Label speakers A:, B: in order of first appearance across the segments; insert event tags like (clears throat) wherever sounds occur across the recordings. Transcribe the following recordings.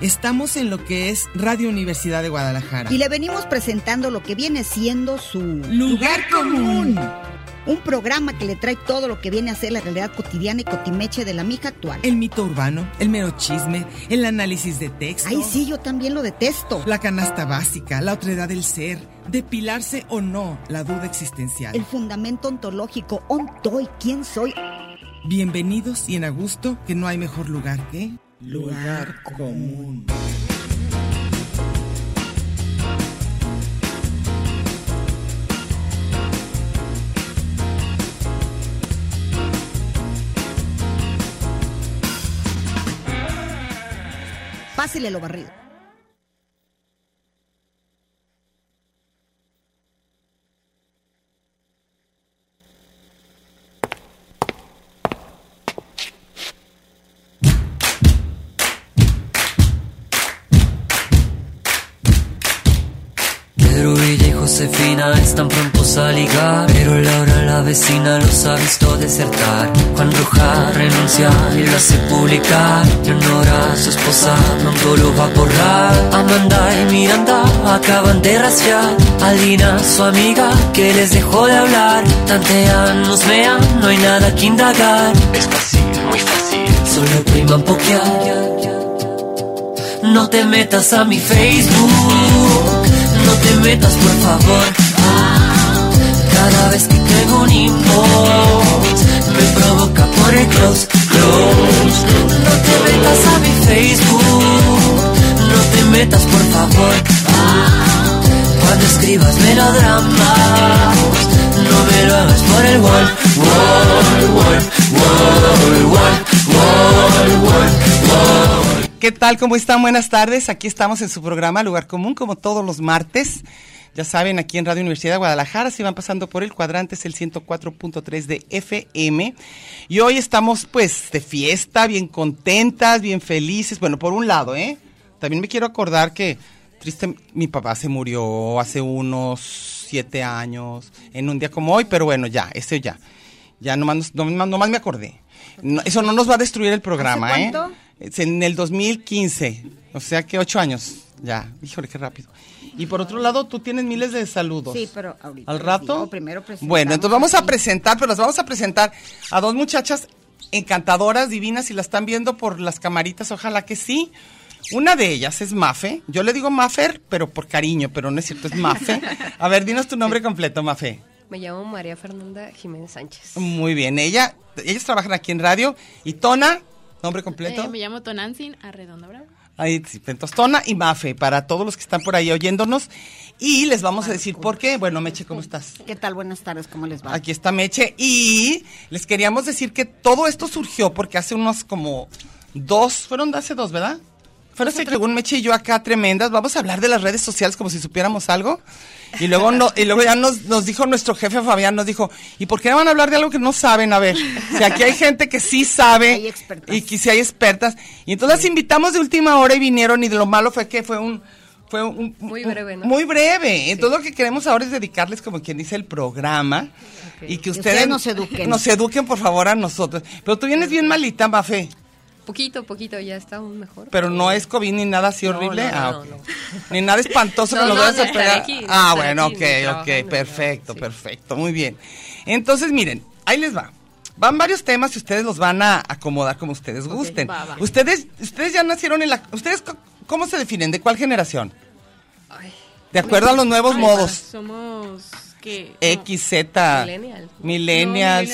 A: Estamos en lo que es Radio Universidad de Guadalajara.
B: Y le venimos presentando lo que viene siendo su
A: lugar común.
B: Un programa que le trae todo lo que viene a ser la realidad cotidiana y cotimeche de la mija actual.
A: El mito urbano, el mero chisme, el análisis de texto.
B: Ay, sí, yo también lo detesto.
A: La canasta básica, la otredad del ser, depilarse o no, la duda existencial.
B: El fundamento ontológico, ontoy, quién soy.
A: Bienvenidos y en a gusto, que no hay mejor lugar que...
C: Lugar común.
B: Pásele lo barrido.
D: Pedro Villa y Josefina están prontos a ligar Pero Laura la vecina los ha visto desertar Juan Roja renuncia y lo hace publicar Leonora, su esposa, pronto lo va a borrar Amanda y Miranda acaban de rastrear Alina, su amiga, que les dejó de hablar Tantean, nos vean, no hay nada que indagar Es fácil, muy fácil Solo priman pokear no te metas a mi Facebook, no te metas por favor. Cada vez que tengo un inbox, me provoca por el close, close. No te metas a mi Facebook, no te metas por favor. Cuando escribas melodramas, no me lo hagas por el wall, wall, wall, wall, wall, wall, wall, wall.
A: ¿Qué tal? ¿Cómo están? Buenas tardes. Aquí estamos en su programa Lugar Común, como todos los martes. Ya saben, aquí en Radio Universidad de Guadalajara, si van pasando por el cuadrante, es el 104.3 de FM. Y hoy estamos, pues, de fiesta, bien contentas, bien felices. Bueno, por un lado, ¿eh? También me quiero acordar que, triste, mi papá se murió hace unos siete años, en un día como hoy, pero bueno, ya, ese ya. Ya nomás, nos- nomás, nomás me acordé. No, eso no nos va a destruir el programa,
E: ¿Hace
A: ¿eh?
E: cuánto?
A: Es En el 2015, o sea que ocho años, ya, híjole, qué rápido. Y por otro lado, tú tienes miles de saludos.
B: Sí, pero ahorita
A: ¿Al
B: sí,
A: rato?
B: o primero presentamos
A: Bueno, entonces vamos a
B: aquí.
A: presentar, pero las vamos a presentar a dos muchachas encantadoras, divinas, si las están viendo por las camaritas, ojalá que sí. Una de ellas es Mafe, yo le digo Mafer, pero por cariño, pero no es cierto, es
B: (laughs)
A: Mafe. A ver, dinos tu nombre completo, Mafe.
F: Me llamo María Fernanda Jiménez Sánchez.
A: Muy bien, ella, ellos trabajan aquí en radio. Y Tona, nombre completo.
G: Eh, me llamo Tonantzin Arredondo Bravo.
A: Ahí, sí, entonces, Tona y Mafe, para todos los que están por ahí oyéndonos. Y les vamos a decir por qué. Bueno, Meche, ¿cómo estás?
B: ¿Qué tal? Buenas tardes, ¿cómo les va?
A: Aquí está Meche. Y les queríamos decir que todo esto surgió porque hace unos como dos, fueron hace dos, ¿verdad? Fueron hace que un Meche y yo acá tremendas. Vamos a hablar de las redes sociales como si supiéramos algo. Y luego, no, y luego ya nos, nos dijo nuestro jefe Fabián, nos dijo, ¿y por qué van a hablar de algo que no saben? A ver, si aquí hay gente que sí sabe
B: (laughs) Hay expertas.
A: y que sí hay expertas. Y entonces las invitamos de última hora y vinieron y de lo malo fue que fue un... Fue un,
F: Muy
A: un-
F: breve, ¿no?
A: Muy breve. Entonces lo que queremos ahora es dedicarles, como quien dice, el programa
F: Ok.
A: y que
B: Que
A: ustedes,
B: ustedes nos eduquen.
A: Nos eduquen, por favor, a nosotros. Pero tú vienes bien malita, Mafe.
F: Poquito, poquito, ya estamos mejor.
A: Pero no es COVID ni nada así
F: No,
A: horrible.
F: no, no,
A: Ah,
F: no,
A: ok.
F: no.
A: Ni nada espantoso que
F: No,
A: nos
F: no,
A: vayas
F: de
A: a
F: estar
A: pegar.
F: aquí, de
A: ah,
F: estar
A: bueno,
F: aquí,
A: ok,
F: ni
A: ok.
F: trabajando,
A: Perfecto,
F: sí.
A: perfecto. Muy bien. Entonces, miren, ahí les va. Van varios temas y ustedes los van a acomodar como ustedes gusten.
G: va, va.
A: Ustedes, ustedes ya nacieron en la. ¿Ustedes co- cómo se definen? ¿De cuál generación?
F: Ay,
A: De acuerdo a los nuevos
G: Ay,
A: modos.
G: Somos que
A: X, Z.
F: Millennial.
A: Millennials.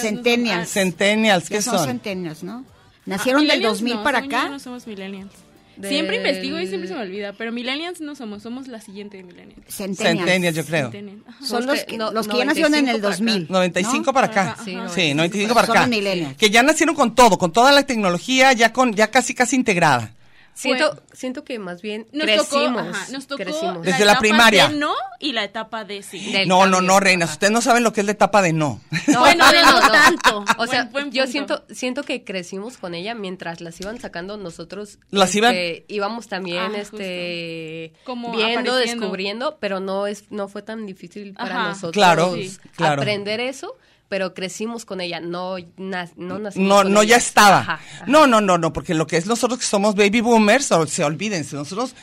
B: No, millennials.
G: ah,
A: Centennials,
B: Ya
A: ¿qué
B: son
A: son?
B: centenios, ¿no?
F: Ah,
B: Nacieron del 2000 para acá.
G: No somos millennials.
F: Del-
G: Siempre investigo y siempre se me olvida, pero millennials no somos, somos la siguiente de millennials.
B: Centenios.
A: Centennials, yo creo.
G: Centennial. Ajá.
B: Son
F: Somos
B: los
F: que-
B: que,
F: no-
B: los que ya nacieron en el
F: 95 para acá.
B: 2000. ¿no?
A: 95 para acá.
G: Ajá,
A: Sí,
G: ajá.
A: 95 para
B: Son
A: acá.
B: millennials.
A: Que ya nacieron con todo, con toda la tecnología, ya con ya casi casi integrada.
F: Siento, siento que más bien
G: Nos tocó,
F: crecimos.
G: ajá, nos tocó
F: crecimos.
A: Desde la
G: etapa
A: primaria.
G: de no y la etapa de sí.
F: Del
A: no, no,
F: cambio.
A: no, reinas,
F: Ajá.
A: ustedes no saben lo que es la etapa de no.
F: No,
G: (laughs) Bueno,
F: no, no,
G: no, no
F: no.
G: tanto.
F: O sea,
G: Ah, Buen- buen
F: yo
G: punto.
F: siento, siento que crecimos con ella mientras las iban sacando nosotros.
A: Las
F: este,
A: iban-
F: íbamos también,
G: Ajá,
F: este,
G: Ah, justo. Como
F: viendo,
G: apareciendo.
F: descubriendo, pero no es, no fue tan difícil para
G: Ajá.
F: nosotros
A: Claro,
G: sí.
A: claro.
F: aprender eso. pero crecimos con ella, no, na- no nacimos
A: No,
F: con
A: no,
F: ella.
A: ya estaba.
F: Ajá, ajá.
A: No, no, no, no, porque lo que es nosotros que somos baby boomers, o sea, olvídense, nosotros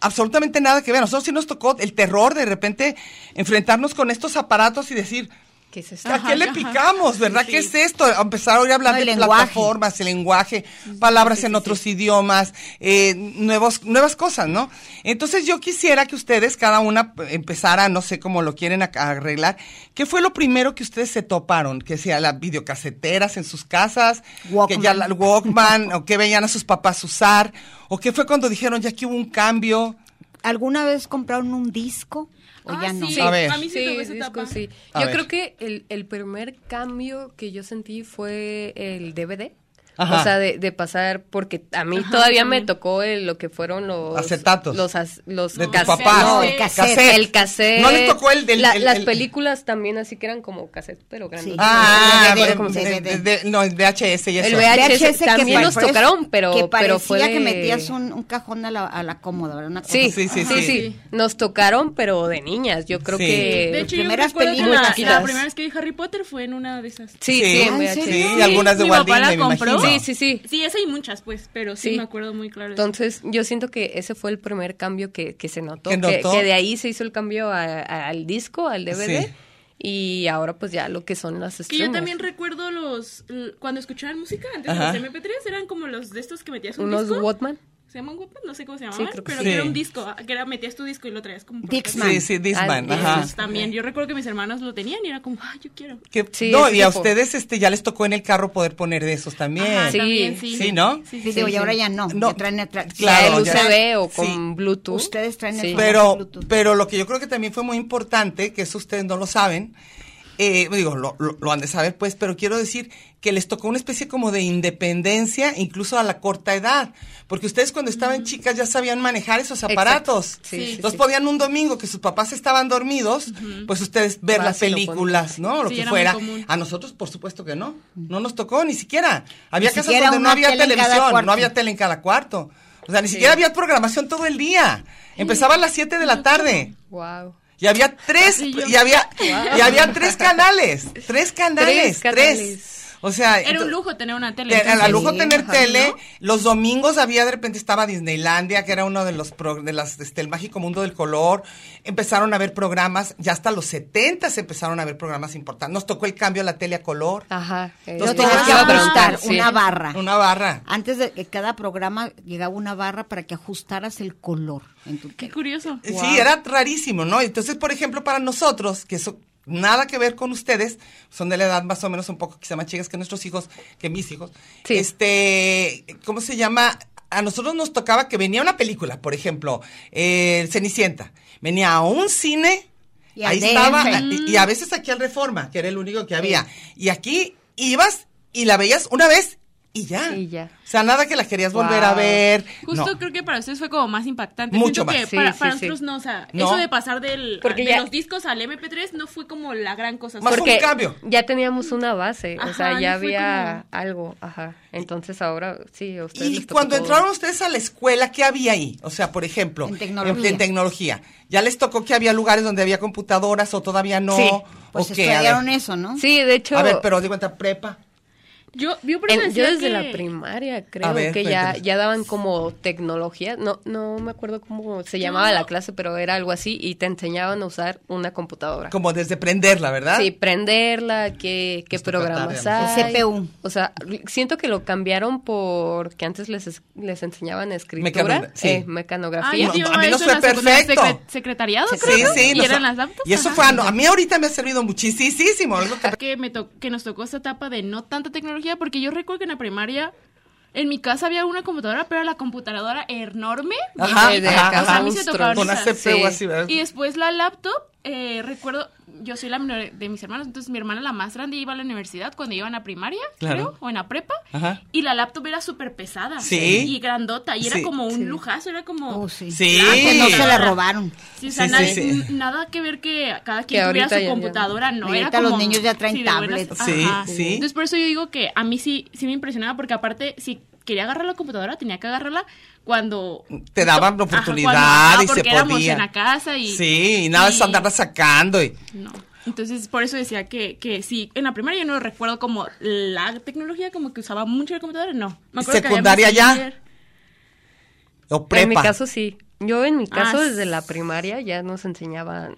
A: absolutamente nada que ver. Nosotros sí nos tocó el terror de repente enfrentarnos con estos aparatos y decir,
F: ¿Qué es esto?
A: ¿a qué le picamos? ¿Verdad? ¿Qué es esto? A Empezar a oír hablar
B: No,
A: de
B: el lenguaje.
A: plataformas, el lenguaje, palabras en otros idiomas, eh, nuevos, nuevas cosas, ¿no? Entonces yo quisiera que ustedes, cada una, p- empezara, no sé cómo lo quieren ac- arreglar. ¿Qué fue lo primero que ustedes se toparon? Que sea las videocaseteras en sus casas, que ya la- Walkman, o que veían a sus papás usar, o qué fue cuando dijeron ya que hubo un cambio.
B: ¿Alguna vez compraron un disco? ¿O
G: Ah,
B: ya no?
G: sí.
A: A ver.
G: A mí sí, me tocó esa
F: disco,
G: etapa.
F: sí.
A: A
F: Yo
A: ver.
F: creo que el, el primer cambio que yo sentí fue el DVD.
A: Ajá.
F: O sea, de, de pasar, porque a mí todavía me tocó el- lo que fueron los...
A: Acetatos.
F: Los, as- los
A: De tus
F: cas-
A: papás.
F: no,
B: el cassette.
F: el cassette.
A: No les tocó el del.
F: La-
A: el-
F: Las
A: el-
F: películas también así que eran como cassette, pero grandes.
B: Sí.
A: Ah,
B: DVD,
A: bueno, de-
B: DVD.
A: de- no, el VHS y eso.
F: El VHS, también
B: pare-
F: nos
B: parece-
F: tocaron, pero,
B: que
F: pero fue
B: parecía que
F: de-
B: metías un, un cajón a la, a la cómoda, ¿verdad? Una cosa
F: Sí,
B: así.
F: sí, sí,
A: sí.
F: sí, Nos tocaron, pero de niñas. Yo creo
A: Sí.
F: que...
G: De hecho, yo
B: primeras
G: recuerdo que
B: películas.
G: la, la
F: Chiquitas.
G: primera vez que vi Harry Potter fue en una de esas.
F: Sí, sí,
A: sí,
F: en
A: Ah,
F: VHS.
A: sí, algunas de
G: mi
A: Walt
G: papá la
A: Disney, me
G: compró.
A: imagino.
F: Sí, sí, sí.
G: Sí, esa y muchas, pues, pero sí,
F: Sí.
G: me acuerdo muy claro. de eso.
F: Entonces, yo siento que ese fue el primer cambio que, que se notó.
A: Que
F: Que,
A: notó.
F: que de ahí se hizo el cambio a- a- al disco, al DVD.
A: Sí.
F: Y ahora, pues ya lo que son las
G: Que yo
F: streamers.
G: también recuerdo los. l- Cuando escuchaban música antes
A: Ajá.
G: de los MP3 eran como los de estos que metías un
F: Unos
G: disco.
F: Walkman.
G: ¿Se llaman Walkman? No sé cómo se llamaban.
F: creo que
G: pero
A: sí.
G: que era un disco. ah, Que era metías tu disco y lo traías como. por
B: Dixman.
A: Sí, sí, Disman,
F: Ah,
A: ajá.
G: casa. También. Yo recuerdo que mis hermanas lo tenían y era como, ay, yo quiero.
A: Que-
F: Sí,
A: no,
F: ese
A: y a
F: tipo.
A: ustedes este ya les tocó en el carro poder poner de esos también.
G: Ajá,
F: Sí.
G: también, sí.
A: Sí, ¿no?
B: Sí, digo, y ahora ya no.
A: No,
B: ya traen atrás.
A: claro,
F: el
A: ya.
F: USB o con
A: Sí.
F: Bluetooth.
B: Ustedes traen el
F: Sí.
B: famoso-
A: Pero,
B: Bluetooth.
A: pero lo que yo creo que también fue muy importante, que eso ustedes no lo saben, eh, digo, lo, lo- lo han de saber pues, pero quiero decir que les tocó una especie como de independencia, incluso a la corta edad, porque ustedes cuando estaban chicas ya sabían manejar esos
F: Exacto.
A: aparatos.
F: Sí, sí,
A: Entonces
F: sí.
A: podían un domingo que sus papás estaban dormidos, pues ustedes ver las
F: Fácil, lo
A: películas, ¿no? Lo
G: Sí,
A: que
G: era muy
A: fuera.
G: común.
A: A nosotros, por supuesto que no. No nos tocó ni siquiera. Había
B: Ni
A: casas
B: siquiera
A: donde no
B: una
A: había
B: tele en cada
A: televisión, no
B: cuarto.
A: había tele en cada cuarto. O sea, ni siquiera había programación todo el día. Empezaba a las 7 de la tarde.
F: Wow.
A: Y había tres,
G: Y yo-
A: y había, y había tres canales. Tres canales, tres.
F: Tres canales.
A: O sea,
G: Era un
A: ento-
G: lujo tener una tele.
A: te- Era
G: entonces.
A: la lujo
F: Sí,
A: tener
F: ajá,
A: tele.
F: ¿no?
A: Los domingos había de repente estaba Disneylandia, que era uno de los pro- de las este, el mágico mundo del color. Empezaron a ver programas, ya hasta los 70 se empezaron a ver programas importantes. Nos tocó el cambio a la tele a color,
F: Ajá. eh,
B: Yo
A: Los
F: eso
B: tenía
A: programas
F: te
B: que
F: iba
A: van
F: a
A: a
F: preguntar,
B: ajustar
F: sí.
B: una barra.
A: una barra.
B: Antes de que cada programa llegaba una barra para que ajustaras el color en tu
G: Qué
B: tele.
G: curioso.
A: eh, Sí, era rarísimo, ¿no? Entonces, por ejemplo, para nosotros, que eso nada que ver con ustedes, son de la edad más o menos un poco quizá más chicas que nuestros hijos, que mis hijos.
F: Sí.
A: Este, ¿cómo se llama? A nosotros nos tocaba que venía una película, por ejemplo, eh, Cenicienta. Venía a un cine,
B: Y al
A: ahí
B: DF.
A: estaba, y,
F: Mm.
A: y a veces aquí al Reforma, que era el único que había. Y aquí ibas y la veías una vez y ya.
F: Y ya.
A: O sea, nada que la querías volver a
F: Wow.
A: ver.
G: Justo
A: no.
G: creo que para ustedes fue como más impactante.
A: Mucho
G: Siento que
A: más.
F: Sí,
G: para,
F: sí,
G: para
F: sí.
G: nosotros no, o sea,
A: No.
G: eso de pasar del,
F: Porque
G: de
F: ya-
G: los discos al MP3 no fue como la gran cosa. o sea,
A: Más
F: Porque
A: un cambio.
F: ya teníamos una base, o
G: Ajá,
F: sea, ya
G: yo fui
F: había algo, ajá. Entonces ahora sí, a ustedes
A: Y
F: les tocó
A: cuando
F: todo.
A: entraron ustedes a la escuela, ¿qué había ahí? O sea, por ejemplo,
B: En tecnología.
A: en- en tecnología. ¿Ya les tocó que había lugares donde había computadoras o todavía no?
F: Sí,
B: Pues
A: ¿O qué? A
B: estudiaron
A: ver,
B: eso, ¿no?
F: Sí, de hecho...
A: a ver, pero de cuenta, prepa.
G: Yo, yo, por
F: En-
G: eso
F: Eh, yo
G: decía
F: desde
G: que-
F: la primaria creo
A: ver,
F: que ya,
A: cuéntanos.
F: ya daban como tecnología, no, no me acuerdo cómo se llamaba la clase, pero era algo así y te enseñaban a usar una computadora.
A: Como desde prenderla, ¿verdad?
F: Sí, prenderla, qué, qué
A: Nos toca
F: programas
A: tarde,
B: ¿no?
F: hay.
B: El CPU.
F: O sea, siento que lo cambiaron porque antes les, es- les enseñaban escritura,
A: Mecanogra- sí.
F: eh,
G: Ay,
F: mecanografía.
A: No,
G: yo
A: a mí nos
G: eso
A: fue
G: en la secundaria,
A: perfecto.
G: secre- secretariado,
A: Sí,
G: creo. ¿no?
A: sí,
G: Y
A: nos-
G: eran las laptops.
A: Y eso
G: ajá.
A: fue, a, no- a mí ahorita me ha servido muchísimo. Algo que
G: que me to- que nos tocó esta etapa de no tanta tecnología, porque yo recuerdo que en la primaria en mi casa había una computadora, pero era la computadora enorme.
A: Ajá,
F: de- de
A: ajá,
F: acá,
A: ajá.
G: a mí se tocaron
A: con una
G: esas,
A: CPU
F: sí.
A: así, ¿verdad?
G: Y después la laptop, eh, recuerdo, yo soy la menor de mis hermanos, entonces mi hermana la más grande iba a la universidad cuando iba en la primaria,
A: Claro.
G: creo, o en la prepa,
A: Ajá.
G: y la laptop era súper pesada
A: Sí.
G: y grandota, y era
A: Sí.
G: como un lujazo, era como...
B: Oh, sí.
A: Sí.
B: Ah, que no se la robaron.
G: Sí, o sea,
A: Sí,
G: nada,
A: sí, sí.
G: nada que ver que cada quien tuviera
F: ahorita
G: su
F: ya- ya-
G: computadora, no.
B: Ahorita
G: Era como,
B: los niños ya traen
G: de veras,
B: tablets.
A: Sí,
G: ajá.
A: sí.
G: Entonces, por eso yo digo que a mí sí, sí me impresionaba, porque aparte, si quería agarrar la computadora, tenía que agarrarla cuando...
A: Te daban la
G: Ajá, cuando-
A: oportunidad
G: ajá,
A: y se
G: porque éramos
A: podía.
G: en la casa y...
A: Sí, y nada de
G: y-
A: andarla sacando. Y...
G: No. Entonces, por eso decía que, que sí, en la primaria yo no recuerdo como la tecnología, como que usaba mucho el computador, no. Me acuerdo que había
A: ¿Secundaria ya?
G: Messenger.
A: O
F: En mi
A: prepa.
F: caso sí. Yo en mi caso
G: Ah,
F: desde
G: sí.
F: la primaria ya nos enseñaban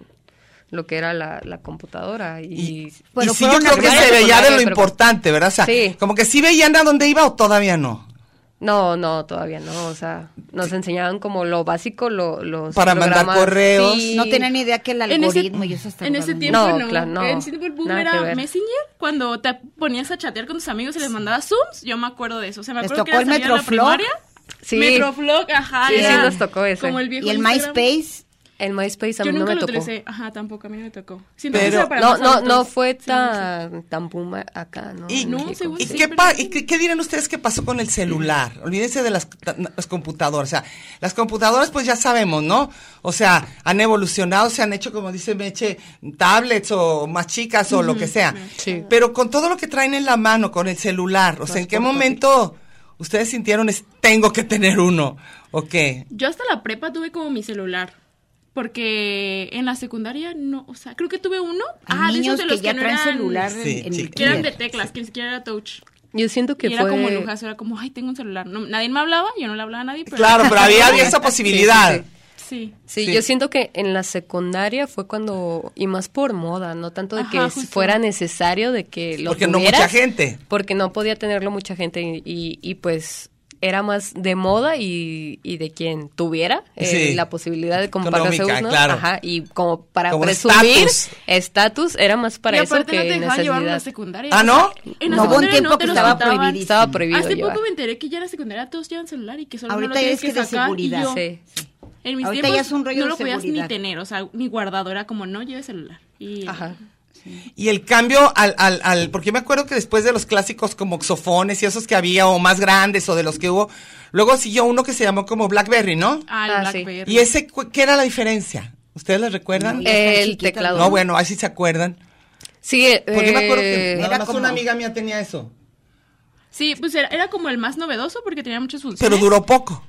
F: lo que era la, la computadora y,
A: y,
F: Bueno,
A: y sí,
F: fueron
A: yo
F: a
A: creo que
F: primaria,
A: se veía de
F: secundaria,
A: lo
F: pero-
A: importante, ¿verdad? O sea,
F: Sí.
A: como que sí veían a dónde iba o todavía no.
F: No, no, todavía no, o sea, nos enseñaban como lo básico, lo, los
A: Para mandar
F: programas,
A: correos.
F: sí.
B: No tenía ni idea que el
G: En ese-
B: algoritmo y eso está
G: En ese
B: guardando.
G: tiempo
F: No,
G: no.
F: claro, no.
G: En ese tiempo el boom
F: Nada que
G: era
F: ver.
G: Messenger. Cuando te ponías a chatear con tus amigos y les mandabas Zooms, yo me acuerdo de eso. O sea, me
B: ¿Les
G: acuerdo que
B: tocó
G: era
B: el
G: salir a la
B: Metroflog?
G: primaria.
F: Sí.
G: Metroflog, ajá.
F: Sí, sí
G: era
F: nos tocó ese.
G: Como el viejo
B: Y el
G: Instagram.
B: MySpace,
F: El MySpace a
G: Yo
F: mí no
G: nunca
F: me
G: lo
F: tocó.
G: utilicé. Ajá, tampoco, a mí no me tocó. Siento que
A: Pero-
G: eso era para
F: No,
G: más
F: no, no
G: adultos.
F: fue
G: Sí,
F: tan, tan boom a- acá, ¿no?
A: Y-
F: En
A: No,
F: México,
G: según
A: ¿Y
F: pues sí.
G: Sí,
A: qué,
G: pero
A: pa-
G: sí.
A: y qué, qué dirán ustedes que pasó con el celular? Olvídense de las, las computadoras. O sea, las computadoras pues ya sabemos, ¿no? O sea, han evolucionado, se han hecho, como dice Meche, tablets o más chicas o lo que sea.
F: Sí.
A: Pero con todo lo que traen en la mano, con el celular, o sea, ¿en qué momento ustedes sintieron es, tengo que tener uno? ¿O qué?
G: Yo hasta la prepa tuve como mi celular. Porque en la secundaria no, o sea, creo que tuve uno.
B: hay
G: ah, de esos
B: niños
G: de
B: que
G: los
B: ya
G: no
B: traen
G: eran-
B: celular
A: Sí,
B: en, en
A: sí,
B: el
G: Que eran de
B: kinder.
G: teclas, que ni siquiera era touch.
F: Yo siento que
G: y era
F: fue...
G: como lujazo, era como, ay, tengo un celular. No, nadie me hablaba, yo no le hablaba a nadie. Pero
A: Claro, pero había,
F: (laughs)
A: había esa
F: Sí, sí,
A: posibilidad.
F: sí.
G: (laughs) Sí.
F: Sí,
A: Sí.
F: yo siento que en la secundaria fue cuando, y más por moda, no tanto de
G: Ajá,
F: que
G: justo.
F: fuera necesario de que lo
A: Porque no
F: tuvieras,
A: mucha gente.
F: Porque no podía tenerlo mucha gente y, y- y, pues era más de moda y, y de quien tuviera eh,
A: Sí.
F: la posibilidad de
A: Económica,
F: comprarse uno.
A: claro.
F: Ajá, y como para
A: Como
F: presumir
A: estatus.
F: estatus, era más para
G: y
F: eso
G: aparte
F: que
G: no te dejaban llevar a la
F: necesidad.
G: secundaria.
A: ¿Ah, no?
G: En la
B: No, hubo un
G: secundaria
B: tiempo
G: no te
B: que
G: los
B: estaba
G: quitaban.
B: prohibido.
F: Estaba prohibido
G: Hace
F: llevar.
G: poco me enteré que ya en la secundaria todos llevan celular y que solo
B: Ahorita
G: no
B: ya
G: lo tienes
B: es
G: que
B: que de
G: sacar.
B: seguridad.
G: y yo,
F: Sí.
G: En mis
B: Ahorita
G: tiempos
B: ya es un rollo
G: no
B: de
G: lo podías
B: seguridad.
G: ni tener, o sea, ni guardado. Era como, no lleves celular. Y,
F: Ajá.
A: Y el cambio al, al, al, porque yo me acuerdo que después de los clásicos como xofones y esos que había, o más grandes, o de los que hubo, luego siguió uno que se llamó como Blackberry, ¿no?
G: Ah, el
F: Ah, sí.
G: Blackberry.
A: ¿Y ese cu- qué era la diferencia? ¿Ustedes la recuerdan?
B: ya están
F: El
B: chiquitos,
A: No,
F: teclado.
A: bueno, ahí sí se acuerdan.
F: Sí, eh,
A: Porque me acuerdo que
B: era
A: nada más
B: como-
A: una amiga mía tenía eso.
G: Sí, pues era, era como el más novedoso porque tenía muchas funciones.
A: Pero duró poco.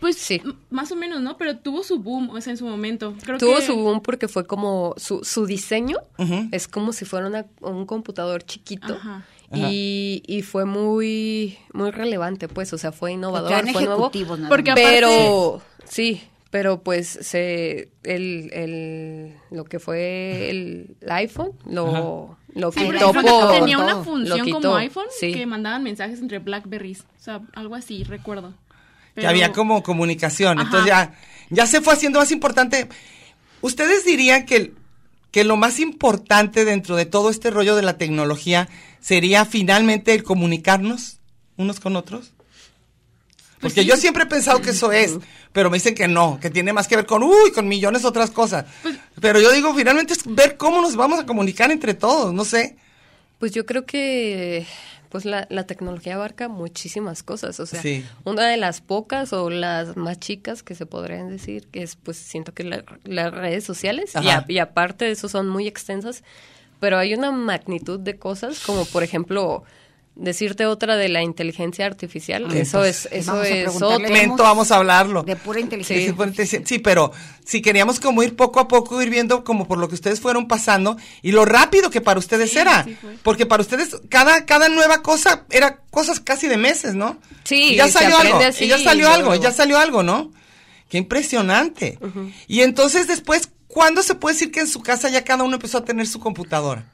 G: Pues
F: Sí.
G: sí. Más o menos, ¿no? Pero tuvo su boom, o sea, en su momento. Creo
F: Tuvo
G: que-
F: su boom porque fue como su, su diseño
A: Ujú.
F: es como si fuera una- un computador chiquito
G: Ajá.
F: Y, y fue muy muy relevante pues o sea fue
B: Porque
F: innovador
B: eran
F: fue nuevo
B: ejecutivos nada
G: Porque
B: más.
G: aparte-
F: pero sí pero pues se el, el lo que fue el iPhone lo lo
G: Sí, porque
F: quitó
G: creo que
F: por-
G: tenía una
F: lo
G: función
F: quitó,
G: como iPhone
F: sí.
G: que mandaban mensajes entre Blackberries. O sea, algo así, recuerdo.
A: Que
G: Pero-
A: había como comunicación.
G: Ajá.
A: Entonces ya, ya se fue haciendo más importante. ¿Ustedes dirían que, el- que lo más importante dentro de todo este rollo de la tecnología sería finalmente el comunicarnos unos con otros?
G: Pues
A: Porque yo siempre he pensado que eso es, pero me dicen que no, que tiene más que ver con, uy, con millones de otras cosas.
G: Pues
A: Pero yo digo, finalmente es ver cómo nos vamos a comunicar entre todos, no sé.
F: Pues yo creo que pues la, la tecnología abarca muchísimas cosas, o sea,
A: Sí.
F: una de las pocas o las más chicas que se podrían decir que es pues siento que la- las redes sociales y, a-
A: Ajá.
F: y aparte de eso son muy extensas, pero hay una magnitud de cosas como por ejemplo decirte otra de la inteligencia artificial,
A: Ah,
F: eso
A: entonces,
F: es eso
B: vamos a
F: es
B: preguntarle
F: otro.
B: Tenemos-
A: Mento, vamos a hablarlo.
B: De pura
A: Sí,
B: inteligencia.
A: sí, fuerte, sí, sí, pero si queríamos como ir poco a poco, ir viendo como por lo que ustedes fueron pasando y lo rápido que para ustedes era.
G: sí fue.
A: porque para ustedes cada, cada nueva cosa era cosas casi de meses, ¿no?
F: Sí,
A: Y ya
F: se
A: salió
F: aprende
A: algo,
F: así
A: y ya
F: y
A: salió
F: luego,
A: algo, y ya
F: luego.
A: salió algo, ¿no? Qué impresionante. Y entonces después, ¿cuándo se puede decir que en su casa ya cada uno empezó a tener su computadora?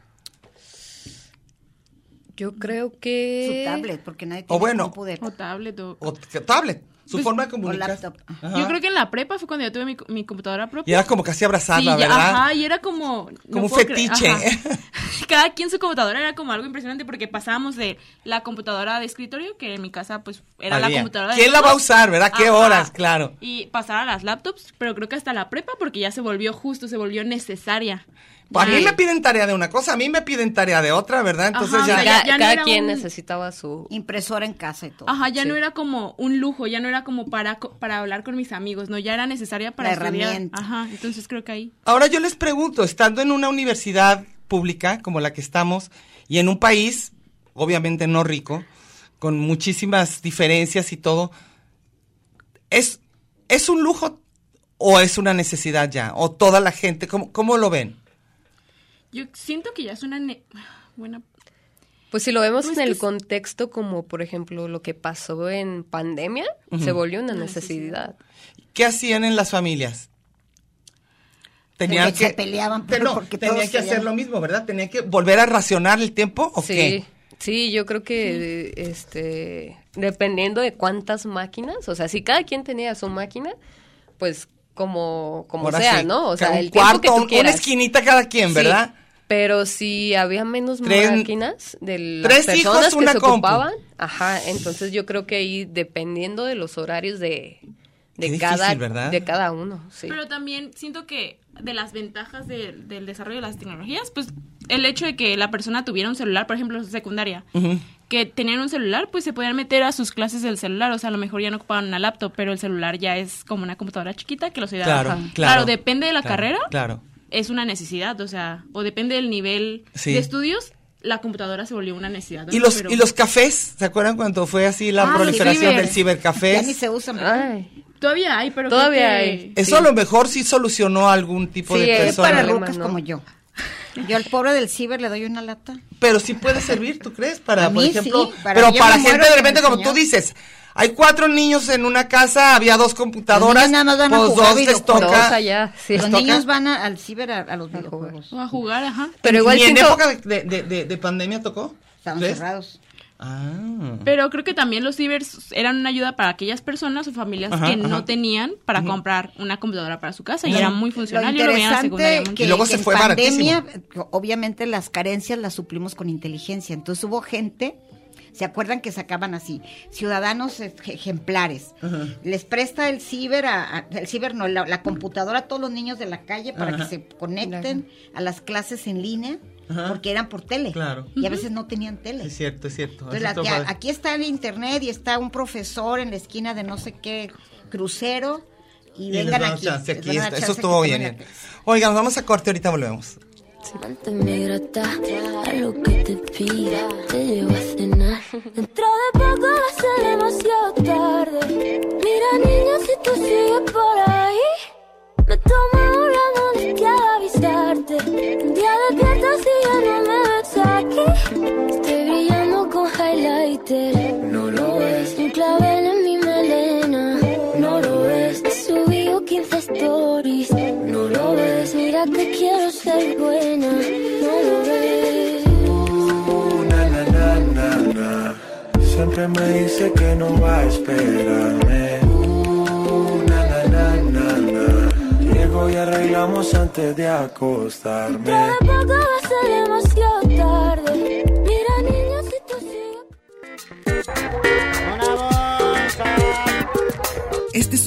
F: Yo creo que
B: Su tablet, porque nadie
A: O
B: tiene
A: Ah, bueno,
B: compu de-
G: O tablet o...
A: O t- tablet, su forma de comunicar.
B: laptop.
A: Ajá.
G: Yo creo que en la prepa fue cuando yo tuve mi, mi computadora propia.
A: Y era como casi abrazarla,
G: Sí, ya-
A: ¿verdad?
G: Ajá, y era como...
A: Como un
G: puedo cre-
A: fetiche. (laughs)
G: ajá. Cada quien su computadora era como algo impresionante porque pasábamos de la computadora de escritorio, que en mi casa pues era la
A: Había.
G: computadora de
A: ¿Quién la va a
G: todos.
A: usar, verdad? ¿Qué horas? Claro.
G: Y pasar a las laptops, pero creo que hasta la prepa porque ya se volvió justo, se volvió necesaria.
A: Pues a
G: Ya-
A: mí me piden tarea de una cosa, a mí me piden tarea de otra, ¿verdad? Entonces
G: Ajá,
A: ya.
G: o sea,
F: cada,
G: ya no
F: cada
G: era
F: quien
G: un-
F: necesitaba su
B: Impresora en casa y todo.
G: Ajá, ya
F: Sí.
G: no era como un lujo, ya no era como para, co- para hablar con mis amigos, no, ya era necesaria para
B: La
G: estudiar.
B: herramienta.
G: Ajá, entonces creo que ahí.
A: Ahora yo les pregunto, estando en una universidad pública como la que estamos y en un país, obviamente no rico, con muchísimas diferencias y todo, ¿es, es un lujo o es una necesidad ya? ¿O toda la gente, cómo, cómo lo ven?
G: Yo siento que ya es una... ne- Buena...
F: Pues si lo vemos
G: Pues
F: en
G: que
F: el
G: es-
F: contexto como, por ejemplo, lo que pasó en pandemia, se volvió una
G: Una
F: necesidad.
A: ¿Qué hacían en las familias?
B: Porque se peleaban, pero
A: no,
B: porque todos
A: tenían que
B: querían-
A: hacer lo mismo, ¿verdad? Tenían que volver a racionar el tiempo o qué?
F: Sí, sí, yo creo que este, dependiendo de cuántas máquinas, o sea, si cada quien tenía su máquina, pues como, como
A: Ahora
F: sea,
A: sí,
F: ¿no? O
A: que
F: sea,
A: un
F: el
A: cuarto,
F: tiempo que
A: un-
F: tú quieras.
A: una esquinita cada quien,
F: Sí,
A: ¿verdad?
F: Pero si había menos
A: Tres-
F: máquinas de las
A: tres hijos,
F: personas que
A: una
F: se
A: compu.
F: ocupaban, ajá, entonces yo creo que ahí dependiendo de los horarios de, de
A: Qué
F: cada
A: difícil, ¿verdad?
F: de cada uno, sí.
G: Pero también siento que de las ventajas de- del desarrollo de las tecnologías, pues el hecho de que la persona tuviera un celular, por ejemplo, en secundaria, que tenían un celular, pues se podían meter a sus clases del celular, o sea, a lo mejor ya no ocupaban una laptop, pero el celular ya es como una computadora chiquita que los ayuda.
A: Claro,
G: Ajá.
A: claro.
G: depende de la
A: claro,
G: carrera,
A: Claro.
G: es una necesidad, o sea, o depende del nivel
A: Sí.
G: de estudios, la computadora se volvió una necesidad.
A: Y
G: ¿no?
A: los,
G: Pero-
A: y los cafés, ¿se acuerdan cuando fue así la
G: Ah, los
A: proliferación
G: ciber.
A: del cibercafé?
B: Ya ni se usan. ¿verdad?
F: Ay,
G: Todavía hay, pero
F: Todavía
G: creo que-
F: hay.
A: Eso a lo mejor sí solucionó a algún tipo
F: Sí,
A: de
F: eh,
B: Es para
A: persona.
F: problema,
B: rucas
F: ¿no?
B: como yo. Yo al pobre del ciber le doy una lata.
A: Pero sí puede servir, ¿tú crees? Para,
B: A
A: por
B: mí
A: ejemplo,
B: sí, para
A: pero
B: mí yo
A: para
B: me
A: gente
B: muero que
A: de
B: me
A: repente, como tú
B: enseñó.
A: dices, hay cuatro niños en una casa, había dos computadoras,
B: Los niños nada más van a
A: pues
B: jugar
A: dos les
B: videojuegos.
A: toca.
F: Dos allá, sí.
A: les
B: Los
A: toca.
B: niños van a- al ciber a, a los
F: jugar.
B: videojuegos.
G: O a jugar, ajá.
F: Pero igual
A: ¿Y en
F: siento-
A: época de, de- de- de pandemia tocó?
B: Estaban
A: ¿Crees?
B: cerrados.
A: Ah.
G: Pero creo que también los cibers eran una ayuda para aquellas personas o familias
A: Ajá,
G: que
A: ajá.
G: no tenían para comprar una computadora para su casa y
A: Ajá.
G: era muy funcional. Yo lo veía en la secundaria mucho.
B: que,
A: Y luego
B: que
A: se
B: en
A: fue
B: pandemia, eh, obviamente las carencias las suplimos con inteligencia. Entonces hubo gente, ¿se acuerdan que sacaban así? Ciudadanos ej- ejemplares. Les presta el ciber, a- a- el ciber no, la, la computadora a todos los niños de la calle para
A: Ajá.
B: que se conecten a las clases en línea,
A: Ajá.
B: porque eran por tele.
A: Claro.
B: Y a veces no tenían tele.
A: Es cierto, es cierto.
B: Entonces,
A: Eso
B: la-
A: está
B: ya-
A: padre.
B: aquí está el internet y está un profesor en la esquina de no sé qué crucero y,
A: Y les
B: vengan
A: dan
B: aquí.
A: chance,
B: les
A: aquí
B: van a dar
A: está. Eso
B: chance que
A: estuvo
B: tomen
A: bien. ¿eh?
B: la
A: bien.
B: clase.
A: Oigan, nos vamos a corte, ahorita volvemos.
E: Antes me grata a lo que te pida, te llevo a cenar. Dentro de poco la seremos yo tarde. Mira, niña, si tú sigues por ahí, me tomo una molestia de avisarte. Un día despierto si ya no me ves aquí. Estoy brillando con highlighter. No lo ves, un clavel en mi melena. No lo ves, he subido 15 stories. No lo ves, mira que quiero ser buena. No lo ves.
H: na, na, na, na, na. Siempre me dice que no va a esperarme. Uh, na, na, na, na, na. Llego y arreglamos antes de acostarme.
E: Dentro de poco va a ser demasiado tarde. Mira, niña, si tú sigues.
I: Este es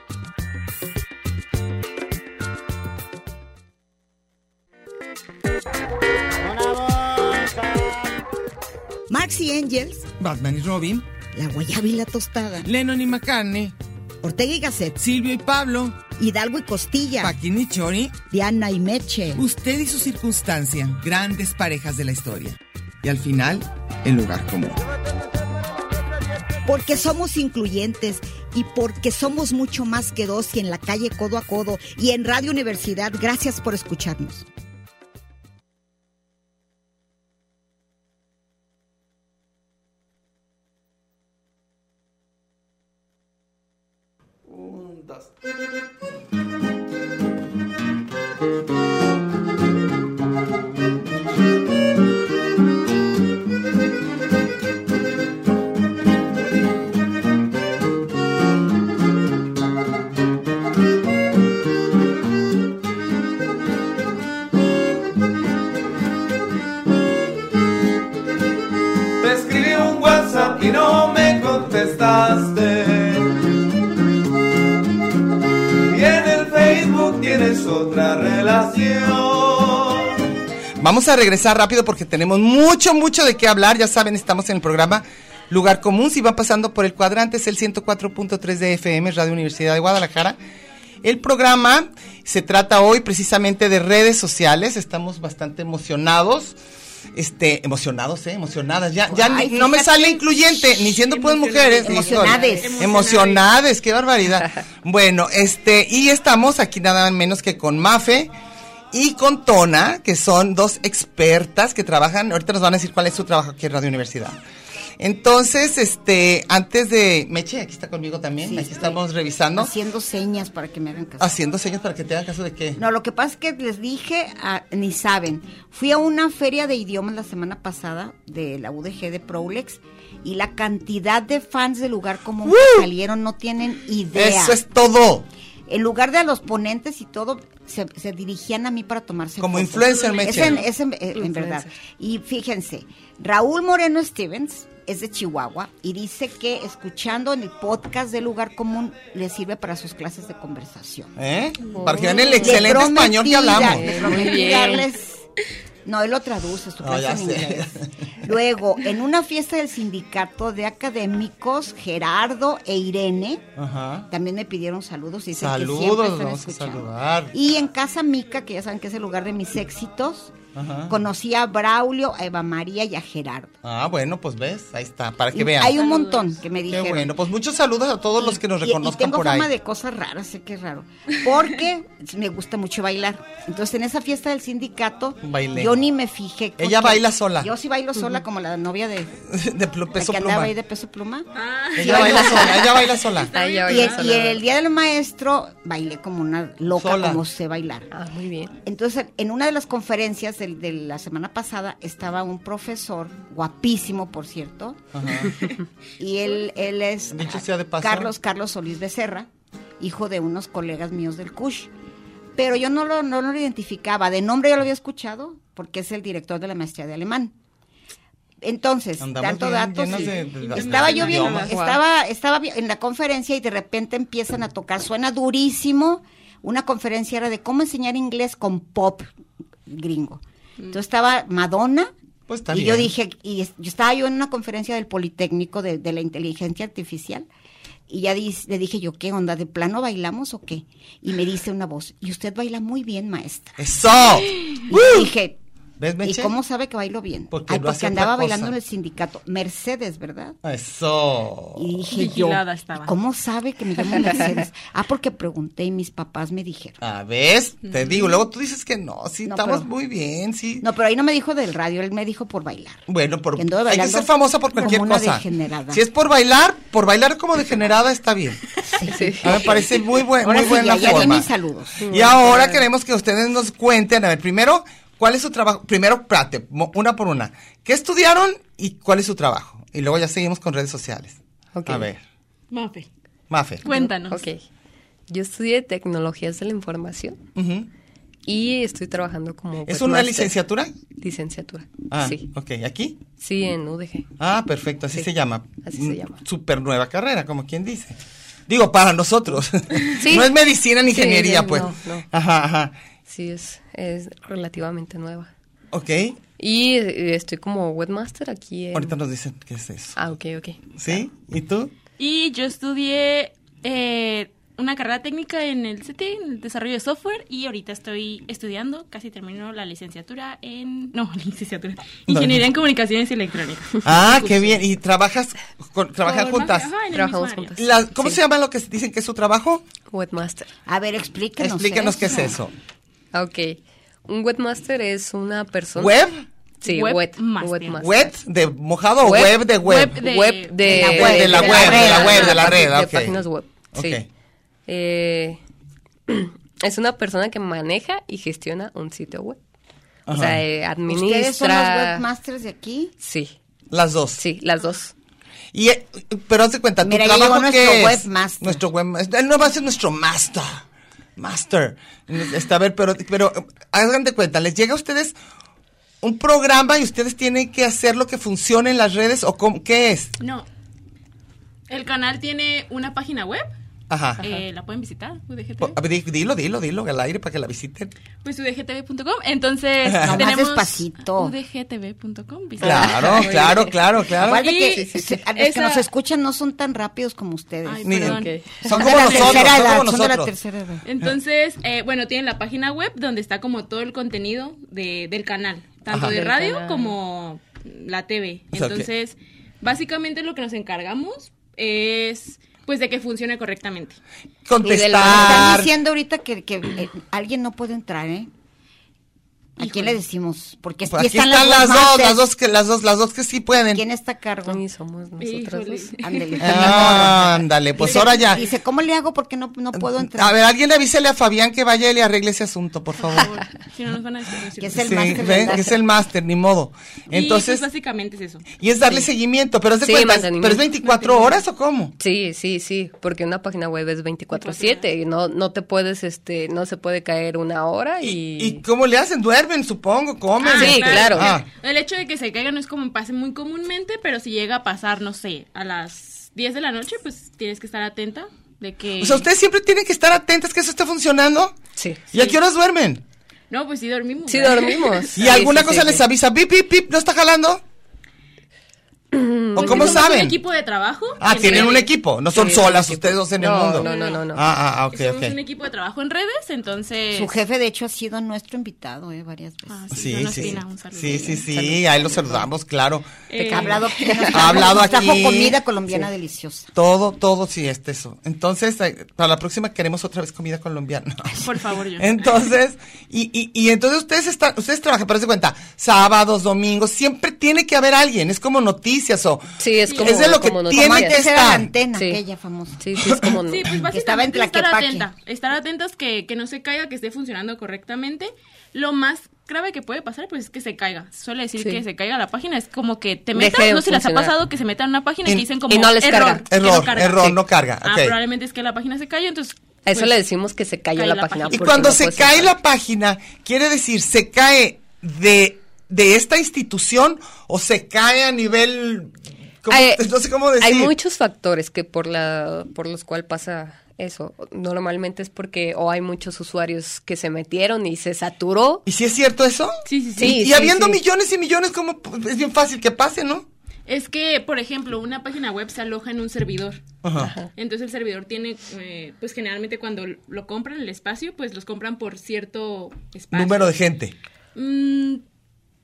B: Marx y Angels,
I: Batman y Robin,
B: La Guayaba y la Tostada,
I: Lennon y McCartney,
B: Ortega y Gasset,
I: Silvio y Pablo,
B: Hidalgo y Costilla,
I: Paquín y Chori,
B: Diana y Meche.
I: usted y su circunstancia, grandes parejas de la historia, y al final, el lugar común.
B: Porque somos incluyentes y porque somos mucho más que dos y en la calle codo a codo y en Radio Universidad. Gracias por escucharnos.
H: Te escribí un WhatsApp y no me contestaste. Y en el Facebook tienes otra relación.
A: Vamos a regresar rápido porque tenemos mucho, mucho de qué hablar. Ya saben, estamos en el programa Lugar común, si van pasando por el cuadrante, es el 104.3 de FM, Radio Universidad de Guadalajara. El programa se trata hoy precisamente de redes sociales. Estamos bastante emocionados. Este, emocionados, eh, emocionadas. Ya, ya
B: Ay,
A: ni- no me
B: fíjate.
A: sale incluyente, ni siendo pues mujeres. ni-
B: Emocionades.
A: Emocionades, qué
B: (laughs)
A: barbaridad. bueno, este, y estamos aquí nada menos que con Mafe y con Tona, que son dos expertas que trabajan. Ahorita nos van a decir cuál es su trabajo aquí en Radio Universidad. Entonces, este, antes de. Meche, aquí está conmigo también.
B: Sí,
A: aquí
B: estoy
A: estamos revisando.
B: Haciendo señas para que me hagan caso.
A: Haciendo señas para que te hagan caso de qué.
B: No, lo que pasa es que les dije, ah, ni saben, fui a una feria de idiomas la semana pasada de la UDG de Prolex y la cantidad de fans del lugar común que salieron no tienen idea.
A: Eso es todo.
B: En lugar de a los ponentes y todo, se, se dirigían a mí para tomarse
A: Como
B: fotos.
A: influencer,
B: Es
A: Meche.
B: en, es en- eh, en verdad. Y fíjense, Raúl Moreno Stevens es de Chihuahua y dice que escuchando en el podcast del lugar común le sirve para sus clases de conversación.
A: ¿Eh? Para que vean el
B: Le
A: excelente
B: prometí
A: español que
B: dar-
A: hablamos.
B: le
F: Eh,
B: prometí
F: muy bien.
B: darles- No, él lo traduce, su
A: No,
B: clase
A: ya
B: en
A: sé.
B: inglés. Luego, en una fiesta del sindicato de académicos, Gerardo e Irene
A: Ajá.
B: también me pidieron saludos y dicen que siempre
A: Saludos,
B: están
A: vamos a
B: escuchando.
A: saludar.
B: Y en Casa Mica, que ya saben que es el lugar de mis éxitos,
A: Ajá.
B: conocí a Braulio, a Eva María y a Gerardo.
A: Ah, bueno, pues ves, ahí está, para que
B: Y
A: vean.
B: Hay un montón que me
A: Qué
B: dijeron.
A: bueno, pues muchos saludos a todos los que nos
B: Y-
A: reconozcan
B: y, tengo
A: por
B: fama
A: ahí.
B: de cosas raras, sé que es raro. Porque (laughs) me gusta mucho bailar. Entonces, en esa fiesta del sindicato,
A: Bailé.
B: yo ni me fijé. porque
A: Ella baila sola.
B: Yo sí bailo sola, como la novia de
A: (laughs) De, plu-
B: la
A: peso
B: que
A: pluma.
B: andaba ahí de peso pluma.
A: Ella
B: (laughs)
A: baila sola, ella baila sola.
F: Ay, ya
B: y,
F: oí
B: el,
F: eso,
B: y
F: la verdad.
B: el día del maestro bailé como una loca,
A: Sola.
B: como sé bailar.
F: Ah, muy bien.
B: Entonces, en una de las conferencias del- de, la semana pasada estaba un profesor, guapísimo, por cierto, (laughs) y él, él es
A: Dicho sea de paso.
B: Carlos Carlos Solís Becerra, hijo de unos colegas míos del CUSH. Pero yo no lo, no lo identificaba, de nombre ya lo había escuchado, porque es el director de la maestría de alemán. Entonces,
A: Andamos
B: tanto
A: bien
B: datos.
A: llenas
B: sí.
A: de- de- de-
B: estaba
A: de
B: yo bien,
A: idiomas.
B: estaba, estaba vi- en la conferencia y de repente empiezan a tocar, suena durísimo. Una conferencia era de cómo enseñar inglés con pop gringo. Entonces estaba Madonna.
A: Pues está
B: y yo
A: bien.
B: dije, y es- yo estaba yo en una conferencia del Politécnico de, de la inteligencia artificial. Y ya dis- le dije yo, ¿qué onda? ¿De plano bailamos o qué? Y me dice una voz, y usted baila muy bien, maestra. (gasps)
A: ¡Eso!
B: Y yo dije,
A: ¿Ves,
B: ¿y
A: Meche?
B: cómo sabe que bailo bien?
A: ¡Uh! Porque
B: Ay,
A: no
B: porque
A: hace
B: andaba
A: otra cosa.
B: bailando en el sindicato. Mercedes, ¿verdad?
A: Eso.
B: Y dije
G: Oh, Vigilada
B: yo,
G: estaba.
B: ¿cómo sabe que me llamo
G: (laughs)
B: Mercedes? Ah, porque pregunté y mis papás me dijeron.
A: A ver, te digo, luego tú dices que no, sí,
B: No,
A: estamos
B: pero-
A: muy bien, sí.
B: No, pero ahí no me dijo del radio, él me dijo por bailar.
A: Bueno, por,
B: Que anduve
A: hay que
B: bailando
A: ser famosa por
B: como
A: cualquier
B: una
A: cosa.
B: degenerada.
A: Si es por bailar, por bailar como degenerada
B: (laughs)
A: está bien. A mí me parece muy, buen,
B: Ahora
A: muy
B: sí, ya,
A: buena
B: ya di
A: forma.
B: mis saludos.
A: Y ahora queremos que ustedes nos cuenten, a ver, primero, ¿cuál es su trabajo? Primero, prate, mo- una por una. ¿Qué estudiaron y cuál es su trabajo? Y luego ya seguimos con redes sociales.
F: Ok.
A: A ver,
G: Mafe,
A: Mafe.
G: cuéntanos.
F: Ok. Yo estudié tecnologías de la información
A: Ujú.
F: y estoy trabajando como.
A: ¿Es
F: webmaster.
A: una licenciatura?
F: Licenciatura.
A: Ah,
F: pues, Sí.
A: ok, ¿aquí?
F: Sí, en UDG.
A: Ah, perfecto, así
F: Sí,
A: se llama.
F: así se
A: Mm,
F: llama.
A: Súper nueva carrera, como quien dice. Digo, para nosotros. (laughs)
F: Sí.
A: no es medicina ni
F: Sí,
A: ingeniería,
F: no,
A: pues.
F: no.
A: Ajá, ajá.
F: Sí, es, es relativamente nueva.
A: Ok,
F: Em. Y eh, estoy como webmaster aquí en...
A: ahorita nos dicen qué es eso.
F: Ah, ok, ok.
A: ¿Sí? ¿Y tú?
G: Y yo estudié eh, una carrera técnica en el CT, en el desarrollo de software, y ahorita estoy estudiando, casi termino la licenciatura en... (laughs) No, licenciatura. Ingeniería en Comunicaciones y Electrónica.
A: Ah, qué bien. ¿Y trabajas con, trabajan
G: Por más-
A: juntas?
G: ajá, en el
F: Trabajamos
G: mismo área.
F: juntas.
A: La- ¿Cómo
F: Sí.
A: se llama lo que dicen que es su trabajo?
F: Webmaster.
B: A ver, explícanos.
A: Explícanos qué es
B: eso.
A: eso.
F: Ah, ok. Un webmaster es una persona...
A: ¿Web?
F: Sí, web,
G: Webmaster.
F: webmaster.
A: ¿Web de mojado o
F: Web.
A: web de web?
G: Web
F: Web de,
G: de
B: la web, de la web, de la
A: web, de la
F: Ajá,
A: red,
F: de
A: ok.
F: páginas web. Sí.
A: Ok.
F: Eh, (clears throat) es una persona que maneja y gestiona un sitio web. O
A: Ajá.
F: sea, eh, administra...
B: ¿Ustedes son los webmasters de aquí?
F: Sí,
A: Las dos.
F: sí, las dos.
A: Y, eh, pero haz de cuenta, tu
B: Mira, ya
A: trabajo
B: llegó
A: ¿qué
B: nuestro
A: es?
B: webmaster.
A: Nuestro webmaster. Él no va a ser nuestro master. Master. Está a ver, pero, pero eh, hagan de cuenta, les llega a ustedes un programa y ustedes tienen que hacer lo que funcione en las redes o cómo- qué es.
G: No. El canal tiene una página web
A: Ajá.
G: eh, la pueden visitar, UDGTV.
A: Po- a ver, di- Dilo, dilo, dilo al aire para que la visiten.
G: Pues udgtv.com. Entonces,
B: Nomás
G: tenemos
B: despacito.
G: udgtv.com. (laughs)
A: Claro, claro, claro, claro.
B: Aparte que
G: Sí, sí, sí.
B: se- a los que
G: Esa-
B: nos escuchan no son tan rápidos como ustedes.
G: Ay,
A: Ni-
G: perdón.
A: Son
B: Son
A: como
B: de la
A: nosotros,
B: tercera
A: son
B: edad,
A: como
B: son de la
A: nosotros.
B: tercera edad.
G: Entonces, eh, bueno, tienen la página web donde está como todo el contenido de, del canal, tanto
F: Ajá.
G: de
F: Del
G: radio
F: canal.
G: como la TV.
A: O sea, que-
G: Entonces, básicamente lo que nos encargamos es pues de que funcione correctamente.
A: Ah,
B: Están
A: Contestar.
B: diciendo ahorita que, que, eh, alguien no puede entrar, ¿eh? ¿A quién le decimos? Porque
A: Pues
B: aquí,
A: aquí están las dos,
B: masters.
A: las dos que, las dos, las dos que sí pueden.
B: ¿Quién está a cargo?
F: Ni somos nosotras
G: Híjole.
F: dos.
B: Ándele.
A: Ah, ándale, pues
B: Dice-
A: ahora ya.
B: Dice, ¿cómo le hago? Porque no, no puedo entrar.
A: A ver, alguien avísele a Fabián que vaya y le arregle ese asunto, por favor.
G: Por favor, si no nos van a desconocer.
B: Que es el
A: Sí,
B: máster
A: ve,
B: del máster.
A: es el máster, ni modo.
G: Entonces,
A: Entonces,
G: básicamente es eso.
A: y es darle seguimiento, pero es de
F: Sí,
A: cuenta,
F: mantenimiento.
A: pero es 24 horas o cómo?
F: Sí, sí, sí, porque una página web es 24/7 y no no te puedes este no se puede caer una hora
A: ¿Y,
F: y,
A: y cómo le hacen? Duermen, supongo, comen.
F: Ah, sí, claro.
A: Ah,
G: El hecho de que se caiga no es como pase muy comúnmente, pero si llega a pasar, no sé, a las 10 de la noche, pues tienes que estar atenta de que...
A: O sea, ustedes siempre tienen que estar atentas que eso esté funcionando.
F: sí.
A: ¿Y a qué horas duermen?
G: No, pues sí dormimos.
F: Sí
G: ¿verdad?
F: dormimos.
A: ¿Y
F: Sí,
A: alguna
F: sí,
A: cosa
F: sí,
A: les
F: sí.
A: avisa? ¿Pip, pip, pip? ¿No está jalando? ¿O
G: Pues
A: cómo
G: somos
A: saben?
G: un equipo de trabajo.
A: Ah,
G: en
A: tienen
G: redes.
A: un equipo, no son
F: Sí,
A: solas
F: sí.
A: ustedes dos en el
F: No,
A: mundo.
F: no, no, no, no.
A: Ah, ah, ah, ok,
G: Somos
A: ok.
G: un equipo de trabajo en redes, entonces...
B: Su jefe, de hecho, ha sido nuestro invitado ¿eh? varias veces.
G: Ah, sí,
A: Sí,
G: Jonas
A: sí, sí.
G: Pina, un saludo.
A: Sí, sí, sí,
F: Saludos.
A: ahí los saludamos, claro.
G: Eh,
B: Que ha hablado aquí. nos
A: Ha
B: trajo-
A: hablado
B: nos Trajo
A: aquí.
B: comida colombiana deliciosa.
A: Todo, todo, sí, es eso. Entonces, eh, para la próxima queremos otra vez comida colombiana.
G: Por favor, yo.
A: Entonces, y, y, y entonces ustedes están, ustedes trabajan, pero se cuenta, sábados, domingos, siempre tiene que haber alguien, es como noticias o...
F: Sí, es como
A: Es de lo que
F: como Ah,
A: tiene
F: noticias.
A: que
B: Esa era la
A: estar.
B: antena,
F: Sí.
B: aquella famosa.
F: Sí, sí, es
A: (laughs)
F: como
G: Sí, pues
B: Que estaba en
G: básicamente estar
B: Tlaquepaque.
G: atenta. Estar atentas que, que no se caiga, que esté funcionando correctamente. Lo más grave que puede pasar, pues es que se caiga. Se Suele decir
F: Sí.
G: que se caiga la página. Es como que te
F: Deje
G: metas,
F: de
G: no sé si les ha
F: funcionar.
G: pasado que se metan en una página y,
A: Y-
G: que dicen como
F: y no les
G: error,
F: carga.
G: que no
A: Error,
G: carga".
A: error,
G: Sí.
A: no carga,
G: Ah,
A: ok.
G: probablemente es que la página se cayó, entonces...
F: A eso
G: pues,
F: le decimos que se cayó
G: cae
F: la,
G: la
F: página.
G: página.
A: Y
F: porque
A: cuando
F: no
A: se
F: puedes
A: cae
F: entrar.
A: la página, quiere decir, se cae de, de esta institución o se cae a nivel... ¿cómo-
F: Hay-
A: no sé cómo decir.
F: Hay muchos factores que por la por los cuales pasa eso. Normalmente es porque o hay muchos usuarios que se metieron y se saturó.
A: ¿Y si es cierto eso?
G: Sí, sí, sí.
F: Sí,
A: y
F: sí,
A: habiendo
F: sí.
A: millones y millones, como es bien fácil que pase, ¿no?
G: Es que, por ejemplo, una página web se aloja en un servidor.
A: Ajá.
G: Entonces el servidor tiene, eh, pues generalmente cuando lo compran el espacio, pues los compran por cierto espacio.
A: Número de gente.
G: Mm,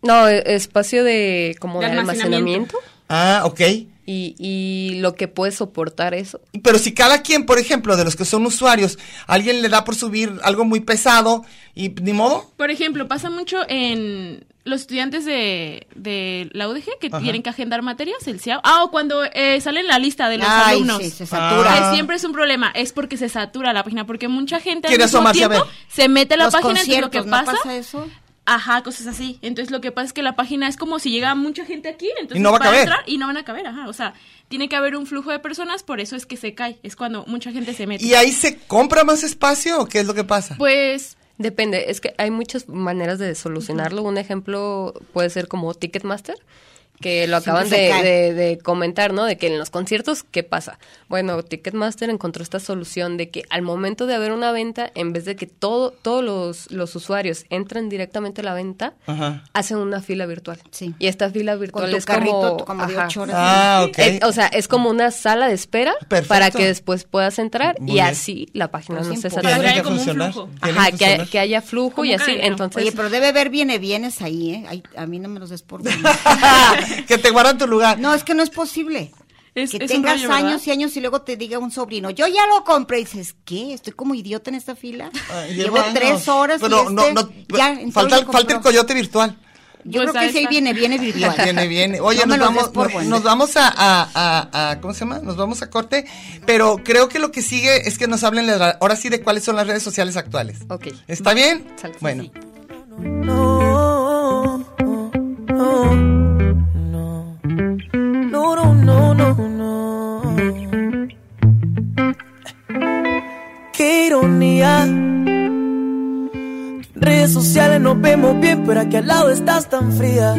F: No, e- espacio de como de,
G: De
F: almacenamiento,
G: almacenamiento.
A: Ah, ok.
F: y, y lo que puede soportar eso.
A: Pero si cada quien, por ejemplo, de los que son usuarios, alguien le da por subir algo muy pesado y ni modo.
G: Por ejemplo, pasa mucho en los estudiantes de, de la UDG que tienen que agendar materias, el CIAO. Ah, o cuando eh, sale en la lista de los
B: Ay,
G: alumnos.
B: sí, se satura.
G: Que siempre es un problema, es porque se satura la página, porque mucha gente al
A: Quiere
G: mismo
A: asomarse a
G: tiempo
A: ver.
G: se mete a la
B: Los
G: página entonces lo que
B: conciertos, ¿no
G: pasa,
B: pasa eso?
G: ajá, cosas así. Entonces lo que pasa es que la página es como si llega mucha gente aquí, entonces
A: Y no va a
G: para
A: caber.
G: entrar y no van a caber, ajá, o sea, tiene que haber un flujo de personas, por eso es que se cae, es cuando mucha gente se mete.
A: ¿Y ahí se compra más espacio o qué es lo que pasa?
G: Pues
F: Depende, es que hay muchas maneras de solucionarlo. Un ejemplo puede ser como Ticketmaster, que lo acaban
B: Siempre
F: de,
B: se cae.
F: de- de comentar, ¿no? De que en los conciertos, ¿qué pasa? Bueno, Ticketmaster encontró esta solución de que al momento de haber una venta, en vez de que todo, todos los, los usuarios entren directamente a la venta,
A: Ajá.
F: hacen una fila virtual.
B: Sí.
F: Y esta fila
G: Pues
F: virtual
B: Con tu
F: es
B: carrito
F: como...
B: como de
F: ajá.
B: ocho horas.
A: Ah, ok.
B: Eh,
F: Es- o sea, es como una sala de espera
A: Perfecto.
F: para que después puedas entrar
A: Muy
F: y
A: bien.
F: así la página
B: Pero
F: no
B: sí
F: se
B: importa.
G: Para que
F: satura.
G: haya como un flujo.
A: tiene
F: Ajá,
A: que
F: que, hay-
A: funcionar.
F: que haya flujo
G: Como
F: y así.
G: cadena.
A: pues
F: Entonces,
B: Oye, pero debe haber viene bienes ahí, ¿eh? Ay, a mí no me los des
A: (laughs)
B: por buenos.
A: que te guardan tu lugar.
B: No, es que no es posible.
G: Es-
B: que
G: es un
B: tengas
G: rollo, ¿verdad?
B: años y años y luego te diga un sobrino, yo ya lo compré. Y dices, ¿qué? Estoy como idiota en esta fila.
A: Ah,
B: (laughs) Llevo
A: lleva años.
B: tres horas.
A: Pero
B: y
A: no,
B: este
A: no,
B: ya, en
A: falta,
B: serio lo
A: falta el
B: compró".
A: coyote
B: (laughs)
A: virtual.
B: Yo
G: Pues
B: creo
G: ahí
B: que sí, ahí
G: está.
B: viene, viene virtual.
A: (laughs) Viene, viene. Oye,
B: No me los
A: nos, vamos,
B: des por
A: nos-
B: buenos.
A: nos vamos a, a- a- a- ¿Cómo se llama? Nos vamos a corte. Pero creo que lo que sigue es que nos hablen la- ahora sí de cuáles son las redes sociales actuales.
F: Ok.
A: ¿Está bien?
F: Sale.
A: Bueno.
F: Sí.
D: No, no, no, no, no, no, no, no. Qué ironía. En Redes sociales nos vemos bien, pero aquí al lado estás tan fría.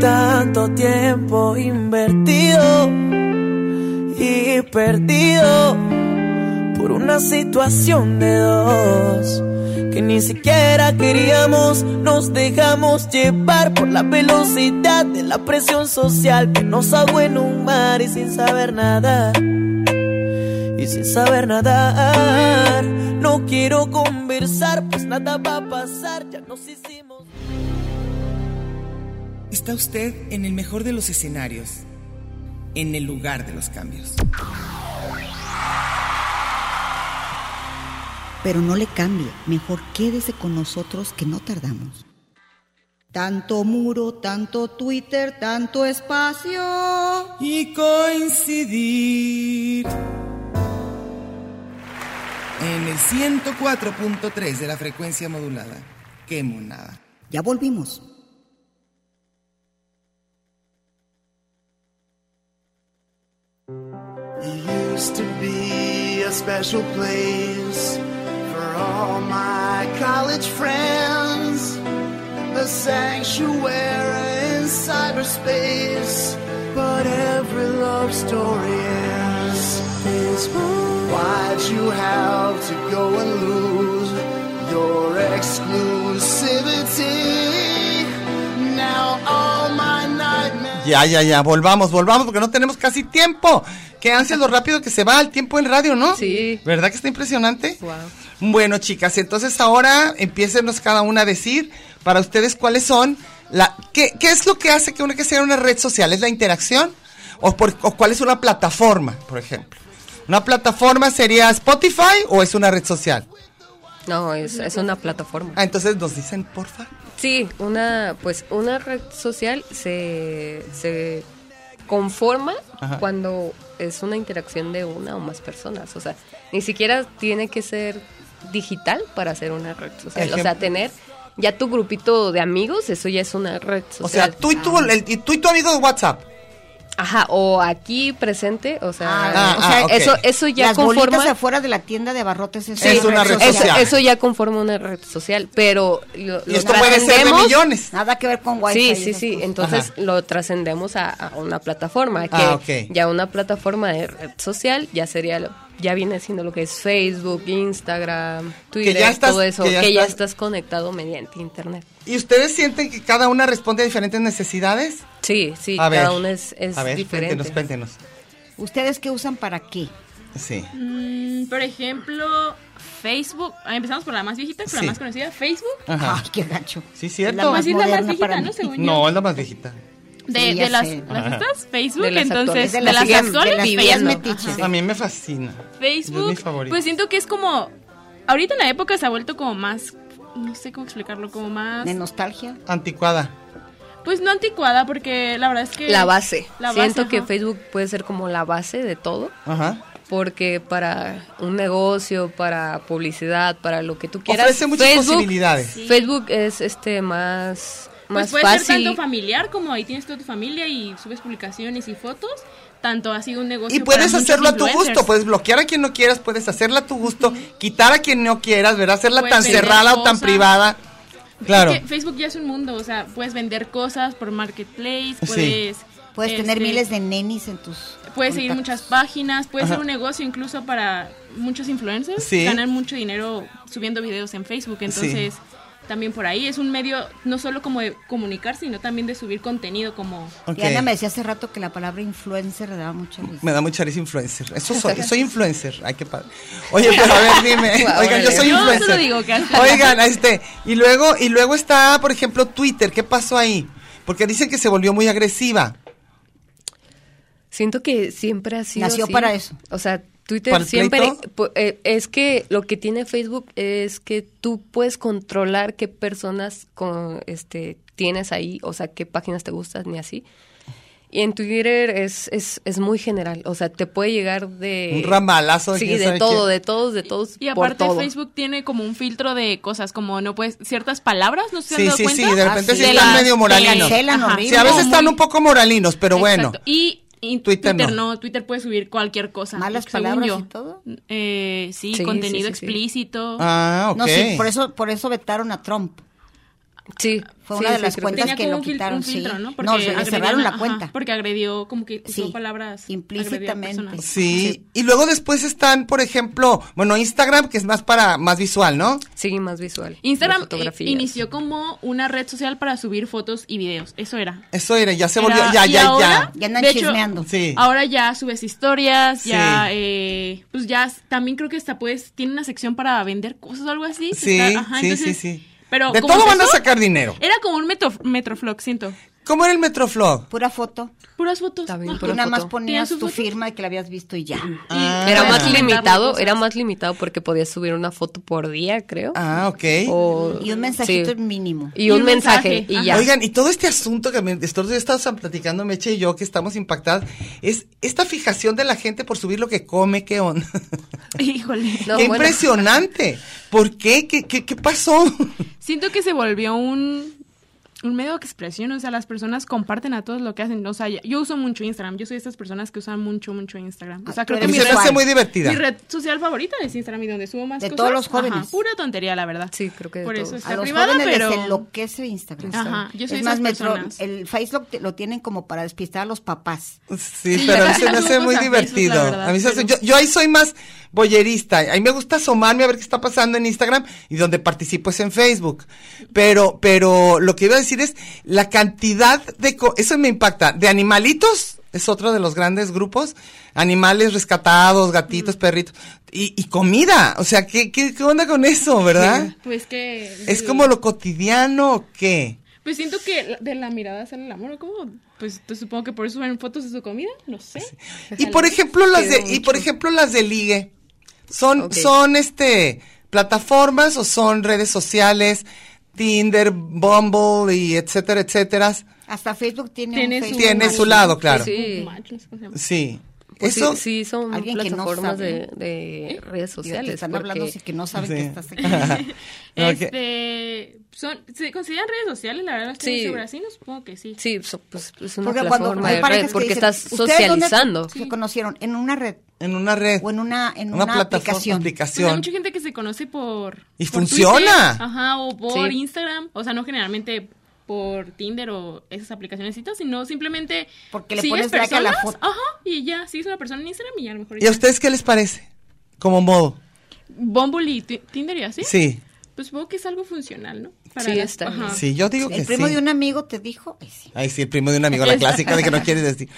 D: Tanto tiempo invertido
J: y perdido por una situación de dos que ni siquiera queríamos. Nos dejamos llevar por la velocidad de la presión social que nos ahogó en un mar y sin saber nada. Y sin saber nadar, no quiero conversar, pues nada va a pasar, ya nos hicimos.
I: Está usted en el mejor de los escenarios, en el lugar de los cambios.
B: Pero no le cambie, mejor quédese con nosotros que no tardamos. Tanto muro, tanto Twitter, tanto espacio.
I: Y coincidir. En el 104.3 de la frecuencia modulada. Qué monada.
B: Ya volvimos.
K: It used to be a special place for all my college friends. A sanctuary in cyberspace, but every love story ends. Why'd you have to go and lose your exclusivity? Now all my nightmares.
A: Ya, ya, ya, volvamos, volvamos, porque no tenemos casi tiempo. Qué ansia lo rápido que se va el tiempo en radio, ¿no?
F: Sí.
A: ¿Verdad que está impresionante?
F: Wow.
A: Bueno, chicas, entonces ahora empiecennos cada una a decir para ustedes cuáles son, la, qué, qué es lo que hace que una que sea una red social, ¿es la interacción? ¿O, por, o cuál es una plataforma, por ejemplo? ¿Una plataforma sería Spotify o es una red social?
F: No, es, es una plataforma.
A: Ah, entonces nos dicen, porfa.
F: Sí, una, pues una red social se, se conforma
A: Ajá.
F: cuando es una interacción de una o más personas. O sea, ni siquiera tiene que ser digital para ser una red social. O sea,
A: Ejemplo.
F: tener ya tu grupito de amigos, eso ya es una red social. Ah.
A: O sea, tú y tu, el- y tú y tu amigo de WhatsApp.
F: Ajá, o aquí presente, o sea,
A: Ah,
F: o sea,
A: ah, ok.
F: eso, eso ya
B: Las
F: conforma...
B: bolitas afuera de la tienda de abarrotes es,
A: Es una red
F: Eso-
A: social.
F: Eso, ya conforma una red social, pero lo,
A: Y
F: lo
A: esto puede ser de
F: trascendemos-
A: millones.
B: Nada que ver con wifi. y
F: Sí, sí,
B: esas
F: sí.
B: cosas.
F: Entonces
A: Ajá.
F: lo trascendemos a, a una plataforma. Que
A: Ah, ok.
F: Ya una plataforma de red social ya sería, lo- ya viene siendo lo que es Facebook, Instagram, Twitter,
A: ya estás-
F: todo eso.
A: que
F: Que
A: ya
F: ya,
A: estás-
F: estás, conectado mediante Internet.
A: ¿Y ustedes sienten que cada una responde a diferentes necesidades?
F: Sí, sí,
A: a ver,
F: cada uno es, es
A: a ver,
F: diferente.
A: Cuéntenos, cuéntenos.
B: ¿Ustedes qué usan para qué?
A: Sí.
G: Mm, por ejemplo, Facebook. Ah, Empezamos por la más viejita, por
A: Sí.
G: la más conocida. Facebook.
A: Ajá.
B: Ay, qué gacho.
A: Sí, cierto.
B: La más
G: Pues es la
B: moderna
G: más
B: para
G: viejita,
B: mí.
G: ¿no? Según yo.
A: No, es la más viejita.
G: De,
B: Sí, ya
G: de las,
B: sé.
G: las estas, Facebook,
F: De las
G: entonces,
F: actuales.
G: de las
F: Siguen
G: actuales,
F: viviendo.
G: Facebook.
B: metiches.
A: A mí me fascina. Es mi
G: Facebook,
A: favorito.
G: pues siento que es como, ahorita en la época se ha vuelto como más, no sé cómo explicarlo, como más,
B: De nostalgia.
A: Anticuada.
G: pues no anticuada, porque la verdad es que...
F: La base.
G: La base,
F: Siento que
G: ajá.
F: Facebook puede ser como la base de todo.
A: Ajá.
F: Porque para un negocio, para publicidad, para lo que tú quieras.
A: Ofrece muchas
F: Facebook-
A: posibilidades.
F: Facebook es este más,
G: Pues
F: más
G: puede
F: fácil.
G: ser tanto familiar como ahí tienes toda tu familia y subes publicaciones y fotos, tanto ha sido un negocio.
A: Y puedes
G: Pues para muchos
A: hacerlo a tu gusto,
G: influencers.
A: puedes bloquear a quien no quieras, puedes hacerla a tu gusto, quitar a quien no quieras, ¿verdad? Hacerla
G: Puedes
A: tan
G: vender
A: cerrada o tan
G: cosas.
A: privada. Claro.
G: Pues Es que Facebook ya es un mundo, o sea, puedes vender cosas por marketplace,
A: Sí.
G: puedes...
B: Puedes tener
G: este,
B: miles de nenis en tus.
G: Puedes seguir muchas
B: contactos.
G: páginas, puede
A: Ajá.
G: ser un negocio incluso para muchos influencers.
A: Sí.
G: Ganan mucho dinero subiendo videos en Facebook, entonces también por ahí es un medio no solo como de comunicar, sino también de subir contenido como...
A: Ok.
B: Y Ana me decía hace rato que la palabra influencer le daba mucha risa.
A: Me da mucha risa influencer.
G: (laughs)
A: Eso soy, soy influencer. Ay, qué padre. Oye, pero a ver,
G: (laughs)
A: dime.
F: Guau,
A: Oigan, yo
F: órale.
A: soy
G: Yo solo
A: influencer.
G: digo que-
A: Oigan, este, y luego y luego está, por ejemplo, Twitter, ¿qué pasó ahí? Porque dicen que se volvió muy agresiva.
F: Siento que siempre ha sido
B: Nació
F: así.
B: para eso.
F: O sea, Twitter
A: ¿Para el
F: siempre
A: pleito?
F: po- eh, es que lo que tiene Facebook es que tú puedes controlar qué personas con este tienes ahí, o sea, qué páginas te gustan ni así. Y en Twitter es, es, es muy general, o sea, te puede llegar de
A: Un ramalazo de
F: de Sí,
A: quién sabe
F: de todo,
A: quién.
F: de todos, de todos
G: Y
F: por
G: aparte
F: todo.
G: Facebook tiene como un filtro de cosas, como no puedes... ciertas palabras, ¿no se han
A: Sí,
G: dado
A: sí,
G: cuenta?
A: sí, de repente
B: Ah, sí.
A: sí están
G: las-
A: medio
G: de
A: moralinos.
B: las- Cancelan
G: Ajá.
B: horrible.
A: Sí, a veces
G: Como
A: están
G: muy-
A: un poco moralinos, pero bueno.
G: Exacto. Y, y
A: Twitter
G: Twitter,
A: no.
G: no. Twitter puede subir cualquier cosa.
B: Malas
G: según
B: palabras
G: yo.
B: y todo.
G: Eh, sí,
F: Sí,
G: contenido
F: sí, sí, sí.
G: explícito.
A: Ah, ok.
B: No, sí, por eso, por eso vetaron a Trump.
F: Sí.
B: Fue
F: sí,
B: una de
F: sí,
B: las
F: creo que
B: cuentas
F: sí.
B: que
G: Tenía
B: lo
G: como un fil-
B: quitaron,
G: un filtro,
B: sí.
G: ¿no?
B: No,
G: Porque
B: se-
G: agredió
B: cerraron la
G: una- ajá,
B: cuenta.
G: porque agredió, como que usó
B: Sí,
G: palabras. agredió a
B: implícitamente.
G: personas.
A: Sí. Y luego después están, por ejemplo, bueno, Instagram, que es más para, más visual, ¿no?
F: Sí, más visual.
G: Instagram
F: de fotografías.
G: eh, inició como una red social para subir fotos y videos. Eso era.
A: Eso era, ya se
G: Era-
A: volvió, ya,
G: y
A: ya,
G: ahora,
A: ya.
B: Ya andan
G: de hecho,
B: chismeando.
A: Sí.
G: Ahora ya subes historias, ya,
A: Sí.
G: eh, pues ya s- también creo que hasta pues tiene una sección para vender cosas o algo así.
A: Sí,
G: Está- ajá,
A: sí,
G: entonces,
A: sí, sí.
G: Pero
A: De
G: como
A: todo van a
G: empezó,
A: sacar dinero.
G: Era como un metro, metroflog, siento.
A: ¿Cómo era el Metroflog?
B: Pura foto.
G: Puras fotos.
F: Está bien,
G: Ajá.
B: Tú
F: pura
B: nada más
F: foto.
B: ponías
G: ¿Tenías su
B: tu
G: foto?
B: firma y que la habías visto y ya.
A: Ah,
F: Era
G: Ah.
F: más
G: Inventarle
F: limitado,
G: cosas.
F: era más limitado porque podías subir una foto por día, creo.
A: Ah, ok.
F: O-
B: Y un mensajito
F: sí.
B: mínimo.
F: Y un mensaje, y
G: ajá.
F: ya.
A: Oigan, y todo este asunto que me, estos días estamos platicando Meche y yo, que estamos impactadas, es esta fijación de la gente por subir lo que come, qué onda.
G: (laughs) Híjole.
F: No,
A: qué
F: bueno.
A: impresionante. ¿Por qué? ¿Qué, qué, qué
F: (laughs)
A: pasó?
G: Siento que se volvió un, un medio de expresión, o sea, las personas comparten a todos lo que hacen. O sea, ya- yo uso mucho Instagram, yo soy de estas personas que usan mucho, mucho Instagram. O sea,
B: Ah,
G: creo
B: tú
G: que
B: eres
G: mi
A: Se me
G: red,
A: hace muy
G: mi
A: divertida.
G: red social favorita es Instagram y donde subo más
B: De
G: cosas.
B: todos los jóvenes.
G: Ajá, pura tontería, la verdad.
F: Sí, creo que de
G: Por
F: todos.
G: eso está
B: A los
G: privada,
B: jóvenes
G: pero...
B: les enloquece Instagram.
G: Ajá, yo soy
B: es
G: de
B: más,
G: esas
B: metro-
G: personas.
B: el Facebook te- lo tienen como para despistar a los papás.
A: Sí,
G: Sí,
A: pero
G: la
A: a mí se me
G: verdad,
A: hace
G: somos
A: muy
G: a Facebook, la
A: divertido.
G: verdad,
A: a mí se hace-
G: pero-
A: yo, yo ahí soy más boyerista. A mí me gusta asomarme a ver qué está pasando en Instagram y donde participo es en Facebook. Pero, pero lo que iba a decir es la cantidad de, co- eso me impacta, de animalitos, es otro de los grandes grupos, animales rescatados, gatitos,
G: Mm.
A: perritos, y, y comida. O sea, ¿qué, qué, qué onda con eso, verdad?
G: Pues que...
A: ¿Es
G: el-
A: como lo cotidiano o qué?
G: Pues siento que la- de la mirada sale el amor, ¿o ¿cómo? Pues te supongo que por eso ven fotos de su comida, no sé.
A: Y por ejemplo las de, y por ejemplo las de ligue. Son
F: Ok.
A: son este plataformas o son redes sociales, Tinder, Bumble y etcétera, etcétera.
B: Hasta Facebook tiene,
G: Tiene
B: un
G: su-
B: Facebook.
A: Tiene su lado, claro. Sí.
F: Sí.
G: Match, no sé cómo se llama.
F: Pues sí,
A: Eso
F: sí, son
B: alguien que no
F: plataformas de,
B: sabe.
F: de redes
B: Digo,
F: sociales.
B: te están
F: porque-
B: hablando si que no saben
A: Sí.
B: que estás aquí.
A: (laughs) No, que-
G: Este, son, ¿Se consideran redes sociales? La verdad, estoy
F: Sí.
G: segura. Sí, no supongo que sí.
F: Sí, so- pues es una
B: Porque cuando
F: plataforma
B: hay
F: de
B: parejas
F: red
B: que
F: porque
B: dicen,
F: estás
B: "¿Ustedes dónde
F: socializando.
B: Se conocieron en una red
A: en una red,
B: o en una, en
A: una,
B: una,
A: plataforma
B: aplicación.
G: Pues hay
A: aplicación.
G: mucha gente que se conoce por.
A: Y
G: por
A: funciona.
G: Twitter, ajá, o por
F: Sí.
G: Instagram. O sea, no generalmente por Tinder o esas aplicaciones, sino simplemente.
B: Porque le
G: sigues
B: pones like a la
G: personas,
B: foto.
G: Ajá, y ya, sigues una persona en Instagram y ya a lo mejor.
A: ¿Y a ustedes qué les parece? Como modo.
G: Bumble y Ti- Tinder y así.
A: Sí.
G: Pues supongo que es algo funcional, ¿no?
F: Sí,
G: las-
F: está bien.
G: ajá.
A: Sí, yo digo que
B: El primo
A: sí.
B: de un amigo te dijo, Ay, sí.
A: Ay, sí, el primo de una amiga, la clásica de que no quieres decir.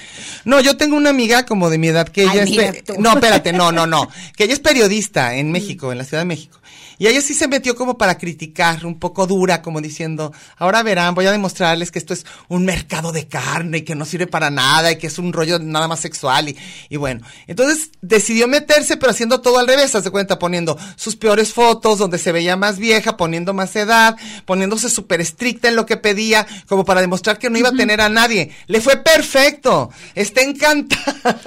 A: No, yo tengo una amiga como de mi edad que
B: Ay,
A: ella es...
B: mira
A: pe-
B: tú.
A: No, espérate, no, no, no. Que ella es periodista en México, en la Ciudad de México. Y ella sí se metió como para criticar, un poco dura, como diciendo, ahora verán, voy a demostrarles que esto es un mercado de carne y que no sirve para nada y que es un rollo nada más sexual. Y, y bueno, entonces decidió meterse, pero haciendo todo al revés, haz de cuenta, poniendo sus peores fotos, donde se veía más vieja, poniendo más edad, poniéndose súper estricta en lo que pedía, como para demostrar que no iba a tener a nadie. Le fue perfecto, está encantada,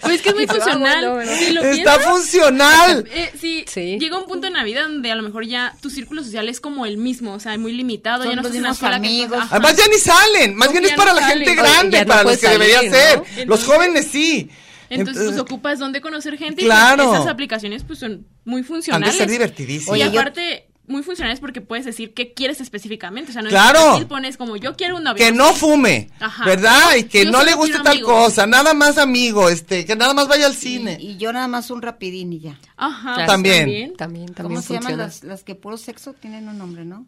G: Pues es que
B: (laughs)
G: es muy
F: Ah, bueno,
G: funcional.
F: bueno.
G: Si lo
A: está
G: piensas,
A: funcional.
G: Eh, sí,
F: Sí.
G: llega un punto en la vida donde a lo mejor ya tu círculo social es como el mismo, o sea, muy limitado,
B: Son
G: ya no
B: los
G: estás en la
B: mismos
G: escuela que
B: amigos.
G: estás- ajá.
A: Además ya ni salen, más
G: No,
A: bien
G: ya
A: es para
G: no
A: la
G: salen.
A: gente
G: Oye,
A: grande,
F: ya no
A: para los
F: puedes
A: que debería
F: salir,
A: ser.
F: ¿no?
A: los
G: Entonces-
A: jóvenes sí.
G: Entonces,
A: Entonces,
G: pues ocupas donde conocer gente y
A: Claro.
G: pues, esas aplicaciones pues son muy
A: han de
G: funcionales.
A: ser divertidísimos.
G: Y
B: Oye, yo-
G: aparte muy funcionales porque puedes decir qué quieres específicamente, o sea, no
A: Claro.
G: es difícil, pones como yo quiero un novio.
A: que no fume,
G: Ajá.
A: ¿verdad? Y que
G: Yo
A: no
G: solo
A: le guste
G: quiero
A: tal
G: amigos.
A: cosa, nada más amigo, este, que nada más vaya al cine.
B: Y, y yo nada más un rapidín y ya.
G: Ajá,
F: Claro.
A: También.
F: También, también
B: ¿Cómo se llaman
F: funciona.
B: las, las que puro sexo tienen un nombre, no?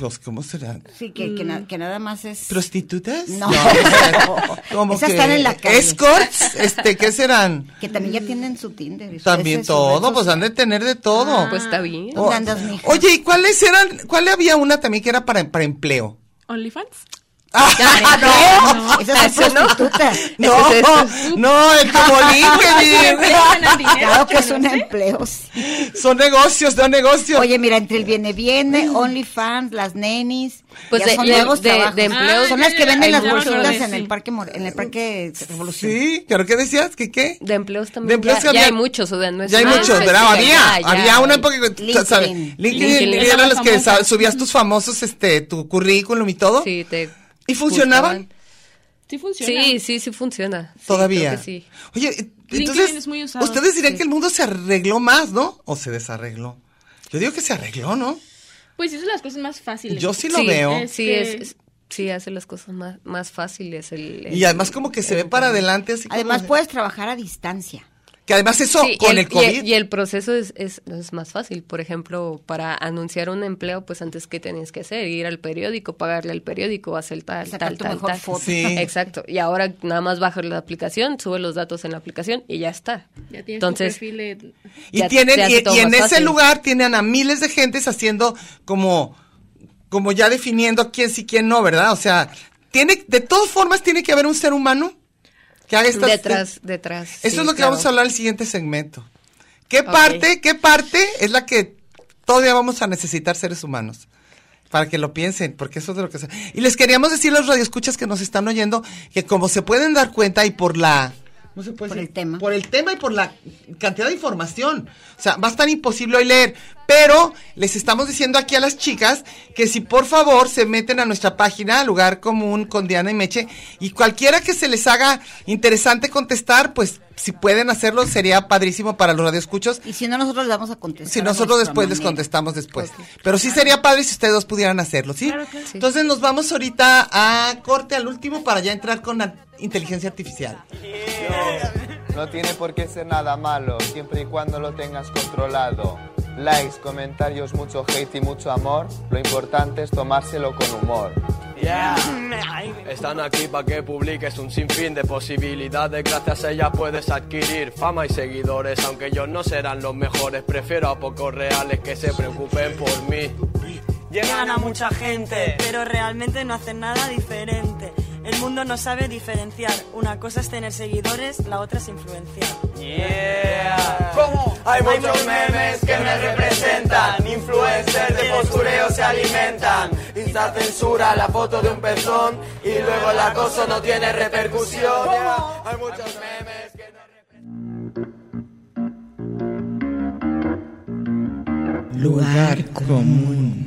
A: Pues, ¿cómo será?
B: Sí, que,
F: Mm.
B: que, na- que nada más es...
A: ¿Prostitutas?
B: No. (laughs)
A: como
B: Esas
A: que
B: están en la calle.
A: Escorts, este, ¿qué serán?
B: que también ya tienen su Tinder. y su- (laughs) ese
A: También
B: es su
A: todo,
B: red
A: pues han de tener de todo.
G: Ah,
F: Pues está bien.
A: O-
B: ¿Dónde andas, mija?
A: Oye, ¿y cuáles eran? ¿Cuál había una también que era para,
B: (laughs)
A: para empleo? (laughs)
G: OnlyFans.
F: (laughs)
A: Ah, no,
B: social. (laughs) Esas son prostitutas.
A: no, no,
G: (laughs)
A: es como LinkedIn.
G: Ganan dinero,
B: Claro que
G: pero
B: son
G: no sé.
B: empleos.
A: Son negocios, son negocios.
B: Oye, mira, entre el viene viene, OnlyFans, las nenis,
F: Pues
B: ya
F: de-
B: son
F: de-
B: nuevos
F: de-
B: trabajos.
F: de empleos-
B: son las que
G: Ah,
B: venden
G: ya,
B: las
G: ya me
B: bolsitas
G: acordé,
B: en el
G: sí.
B: parque Mor- en el parque Revolución.
A: Sí, claro que decías, que qué.
F: De empleos también.
A: De empleos
F: ya,
A: que
F: ya
A: había-
F: hay muchos, o sea, no es
A: Ya hay
F: una-
A: muchos,
F: Ah,
A: ¿verdad?
F: sí,
A: había,
F: ya, ya
A: había una
F: hay.
A: época que
B: LinkedIn.
A: ¿sabes? LinkedIn,
F: LinkedIn.
A: eran los que
G: Famosas.
A: sa- subías tus famosos, este, tu currículum y todo.
F: Sí, te
A: ¿Y funcionaban?
F: buscaban.
G: Sí funciona.
F: Sí, sí, sí funciona. Sí,
A: Todavía.
F: creo que sí.
A: Oye, eh, entonces,
G: es muy usado,
A: ustedes dirían
F: sí.
A: que el mundo se arregló más, ¿no? ¿O se desarregló? Yo digo que se arregló, ¿no?
G: Pues hizo las cosas más fáciles. Este,
A: Yo sí lo veo.
F: Sí,
B: Este
F: es, es- sí, hace las cosas más, más fáciles. El,
A: Y además como que se ve para adelante así. como-
B: Además puedes trabajar a distancia.
A: que además eso
F: Sí, y
A: con el,
F: y
A: COVID.
F: Y, el proceso es, es, es más fácil. Por ejemplo, para anunciar un empleo, pues antes, ¿qué tenías que hacer? Ir al periódico, pagarle al periódico, hacer tal,
B: Sacar
F: tal,
B: tu
F: tal,
B: mejor
F: tal.
B: foto.
A: Sí.
F: Exacto. Y ahora nada más bajas la aplicación, sube los datos en la aplicación y ya está.
G: Ya tienes
F: Entonces,
G: tu perfil de-
A: Y
F: Ya-
A: tienen,
F: se hace
A: y,
F: todo
A: y en
F: más
A: ese
F: fácil.
A: lugar tienen a miles de gentes haciendo como, como ya definiendo quién sí, quién no, ¿verdad? O sea, tiene, de todas formas tiene que haber un ser humano que haga estas.
F: detrás, detrás.
A: Eso
F: sí,
A: es lo que
F: claro.
A: vamos a hablar en el siguiente segmento. ¿Qué
F: Ok.
A: parte, qué parte es la que todavía vamos a necesitar seres humanos? Para que lo piensen, porque eso es de lo que se... Y les queríamos decir a los radioescuchas que nos están oyendo que como se pueden dar cuenta y por la... ¿cómo se puede
B: Por
A: decir?
B: el tema.
A: Por el tema y por la cantidad de información. O sea, va a estar imposible hoy leer. Pero les estamos diciendo aquí a las chicas que si por favor se meten a nuestra página, lugar común con Diana y Meche, y cualquiera que se les haga interesante contestar, pues si pueden hacerlo sería padrísimo para los radioescuchos.
B: Y si no, nosotros le vamos a contestar.
A: Si
B: a
A: nosotros
B: nuestra
A: después les
B: manera.
A: contestamos después.
B: Ok.
A: Pero sí sería padre si ustedes dos pudieran hacerlo, ¿sí? Entonces nos vamos ahorita a corte al último para ya entrar con la inteligencia artificial.
L: No tiene por qué ser nada malo, siempre y cuando lo tengas controlado. Likes, comentarios, mucho hate y mucho amor. Lo importante es tomárselo con humor.
M: Yeah. Están aquí para que publiques un sinfín de posibilidades. Gracias a ellas puedes adquirir fama y seguidores. Aunque ellos no serán los mejores, prefiero a pocos reales que se preocupen por mí.
N: Llegan a mucha gente, pero realmente no hacen nada diferente. El mundo no sabe diferenciar. Una cosa es tener seguidores, la otra es influenciar.
M: Yeah. Hay muchos memes que me representan, influencers de postureo se alimentan. Insta censura la foto de un pezón y luego el acoso no tiene repercusión. Yeah. Hay muchos memes que no...
C: Lugar común.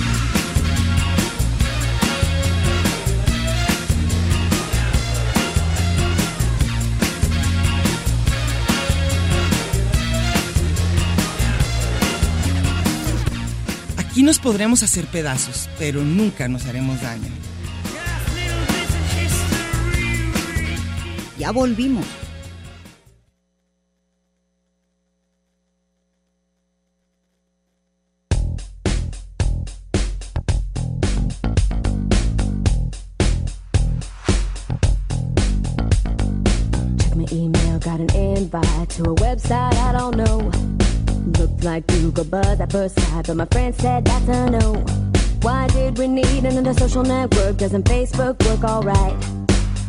I: Aquí nos podremos hacer pedazos, pero nunca nos haremos daño.
B: Ya volvimos.
O: Check my email, got an invite to a website I don't know. Looked like Google Buzz at first sight, but my friend said that's a no. Why did we need another social network? Doesn't Facebook work alright?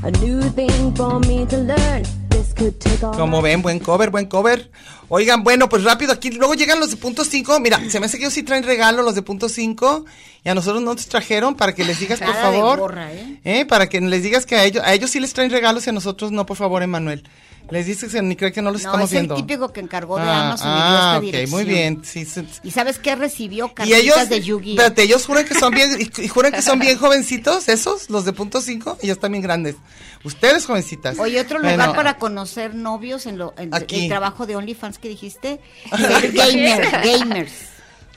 O: A new thing for me to learn. This could take all.
A: Como ven, buen cover, buen cover. Oigan, bueno, pues rápido, aquí luego llegan los de punto 5. Mira, se me hace que ellos sí traen regalo los de punto 5 y a nosotros no nos trajeron para que les digas, por
B: Cara de
A: favor.
B: gorra, ¿eh?
A: ¿eh? Para que les digas que a ellos, a ellos sí les traen regalos y a nosotros no, por favor, Emanuel. Les dices que ni creo que no los
B: No,
A: estamos
B: es
A: viendo.
B: el típico que encargó de
A: Ah,
B: Amazon
A: ah,
B: y dio esta
A: ok,
B: dirección.
A: muy bien. Sí, sí.
B: ¿Y sabes qué recibió?
A: Y
B: Cartitas
A: ellos,
B: de Yugi.
A: espérate, ellos juran que son bien, y- y juran que son bien jovencitos, esos, los de punto 5, ellos también grandes. Ustedes jovencitas.
B: Oye, otro lugar
A: Bueno.
B: para conocer novios en, lo, en
A: Aquí.
B: el trabajo de OnlyFans que
A: (laughs)
B: dijiste. Ser gamer, gamers.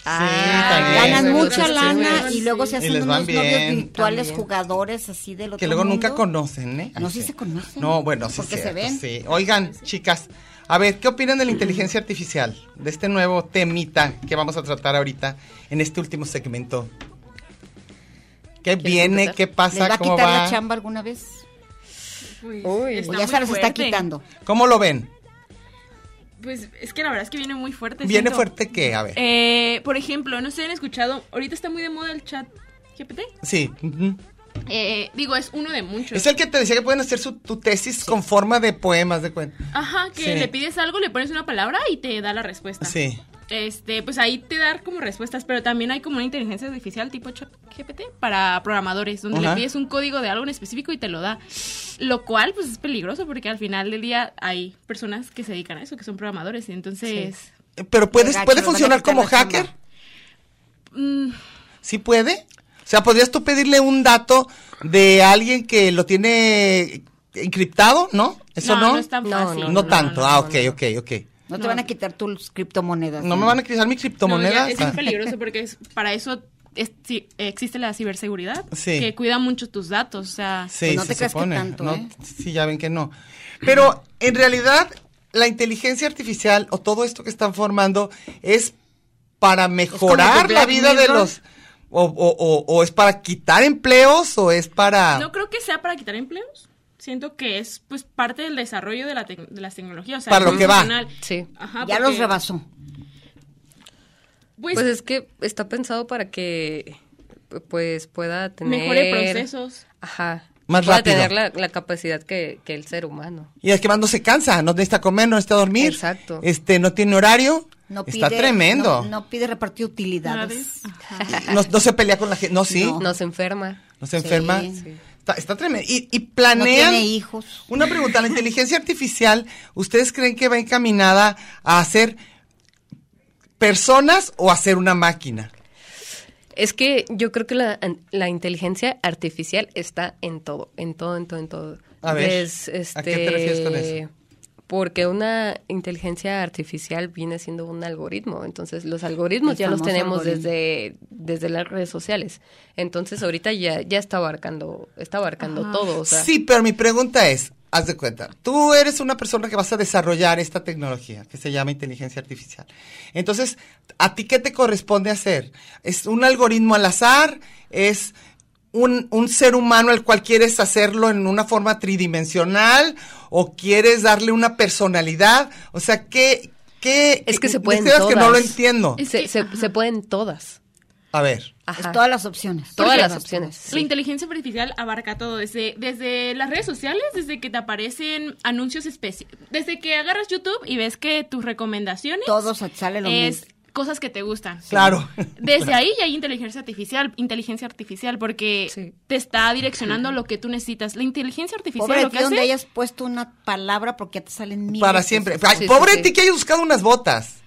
B: Ah,
A: también.
B: ganan
A: Luego
B: mucha
A: se
B: lana
A: suben.
B: y luego se
A: Y
B: hacen
A: les
B: unos
A: van
B: novios
A: bien.
B: virtuales,
A: También.
B: jugadores así del otro
A: que luego nunca
B: mundo.
A: conocen, ¿eh?
B: No, sí se conocen.
A: No, bueno, sí.
B: Porque se
A: cierto,
B: ven.
A: sí. Oigan, chicas, a ver, ¿qué opinan de la inteligencia artificial? De este nuevo temita que vamos a tratar ahorita en este último segmento. ¿Qué viene? ¿Qué pasa?
B: ¿Les va a
A: ¿Cómo
B: quitar
A: va?
B: la chamba alguna vez?
G: pues, Uy,
B: O ya se los está quitando.
A: ¿Cómo lo ven?
G: Pues es que la verdad es que viene muy fuerte.
A: ¿Viene
G: siento.
A: fuerte qué? A ver.
G: Eh, por ejemplo, no sé si han escuchado, ahorita está muy de moda el chat GPT.
A: Sí. ujú.
G: Eh, digo, es uno de muchos.
A: Es el que te decía que pueden hacer su, tu tesis con forma de poemas de cuenta.
G: Ajá, que
A: Sí.
B: Ah.
G: le pides algo, le pones una palabra y te da la respuesta.
A: Sí.
G: Este, pues ahí te dar como respuestas, pero también hay como una inteligencia artificial tipo chat GPT para programadores, donde
A: Ajá.
G: le pides un código de algo en específico y te lo da. Lo cual, pues es peligroso porque al final del día hay personas que se dedican a eso, que son programadores, y entonces.
A: Pero puedes,
G: gacho,
A: puede
G: nos van a
A: funcionar
G: quitar
A: como
G: la chamba.
A: hacker.
G: mm,
A: ¿Sí puede? O sea, ¿podrías tú pedirle un dato de alguien que lo tiene encriptado? ¿No? ¿Eso
B: No,
A: no?
B: no es tan No, fácil. no,
A: No,
B: no, no,
A: tanto.
B: no,
A: ah,
B: no,
A: ok, ok, ok.
B: No te van a quitar tus criptomonedas.
A: No me van a quitar mi criptomoneda.
G: No, ya, es muy peligroso porque es- para eso es- sí, existe la ciberseguridad,
A: Sí.
G: que cuida mucho tus datos, o sea.
A: Sí,
B: Pues
A: se supone, ¿no?
B: ¿eh?
A: Sí, ya ven que no. Pero en realidad, la inteligencia artificial o todo esto que están formando es para mejorar la
G: Black
A: vida de
G: Mirror.
A: los. O, o- o- o es para quitar empleos o es para.
G: No creo que sea para quitar empleos. Siento que es pues parte del desarrollo de, la tec- de las tecnologías. o sea,
A: Para lo que va.
G: profesional.
F: Sí.
G: Ajá, porque- Pues,
F: Pues, es que está pensado para que pues pueda tener
G: Mejore procesos.
F: Ajá.
A: Más
F: pueda
A: rápido.
F: tener la, la capacidad que, que el ser humano.
A: Y es que más no se cansa, no necesita comer, no necesita dormir.
F: Exacto.
A: Este, no tiene horario.
B: No
A: Está
B: pide-
A: tremendo.
B: No, no pide repartir utilidades.
F: Ah,
A: No, no se pelea con la gente. No, sí. No,
F: Nos enferma.
A: se enferma.
F: Sí.
A: Está, está tremendo. Y, y planean.
F: No tiene
B: hijos.
A: Una pregunta. La inteligencia artificial, ¿ustedes creen que va encaminada a hacer personas o a hacer una máquina?
F: Es que yo creo que la, la inteligencia artificial está en todo, en todo, en todo, en todo.
A: A ver,
F: Des- este,
A: ¿a qué te refieres con eso?
F: Porque una inteligencia artificial viene siendo un algoritmo, entonces los algoritmos
B: El
F: ya los
B: famoso
F: tenemos
B: algoritmo.
F: desde, desde las redes sociales. Entonces ahorita ya, ya está abarcando, está abarcando
A: Ajá.
F: todo. o sea,
A: Sí, pero mi pregunta es, haz de cuenta, tú eres una persona que vas a desarrollar esta tecnología que se llama inteligencia artificial. Entonces, ¿a ti qué te corresponde hacer? ¿Es un algoritmo al azar? ¿Es un, un ser humano al cual quieres hacerlo en una forma tridimensional? ¿O quieres darle una personalidad? O sea, ¿qué... qué
F: es que se
A: de
F: pueden
A: veras
F: todas.
A: que no lo entiendo.
F: Se, se- se pueden todas.
A: A ver.
F: Ajá.
B: todas las opciones.
F: Todas
G: Porque
F: las opciones.
G: La inteligencia artificial abarca todo, desde, desde las redes sociales, desde que te aparecen anuncios específicos, desde que agarras YouTube y ves que tus recomendaciones
B: Todos sale lo
G: es
B: mismo.
G: cosas que te gustan.
A: Claro.
G: Desde ahí ya hay inteligencia artificial, inteligencia artificial, porque te está direccionando lo que tú necesitas. La inteligencia artificial
B: Pobre
G: lo
B: de
G: que
B: ti donde
G: hace-
B: hayas puesto una palabra porque ya te salen miles.
A: Para
B: de
A: siempre.
B: cosas.
A: Ay, pobre de ti que hayas buscado unas botas.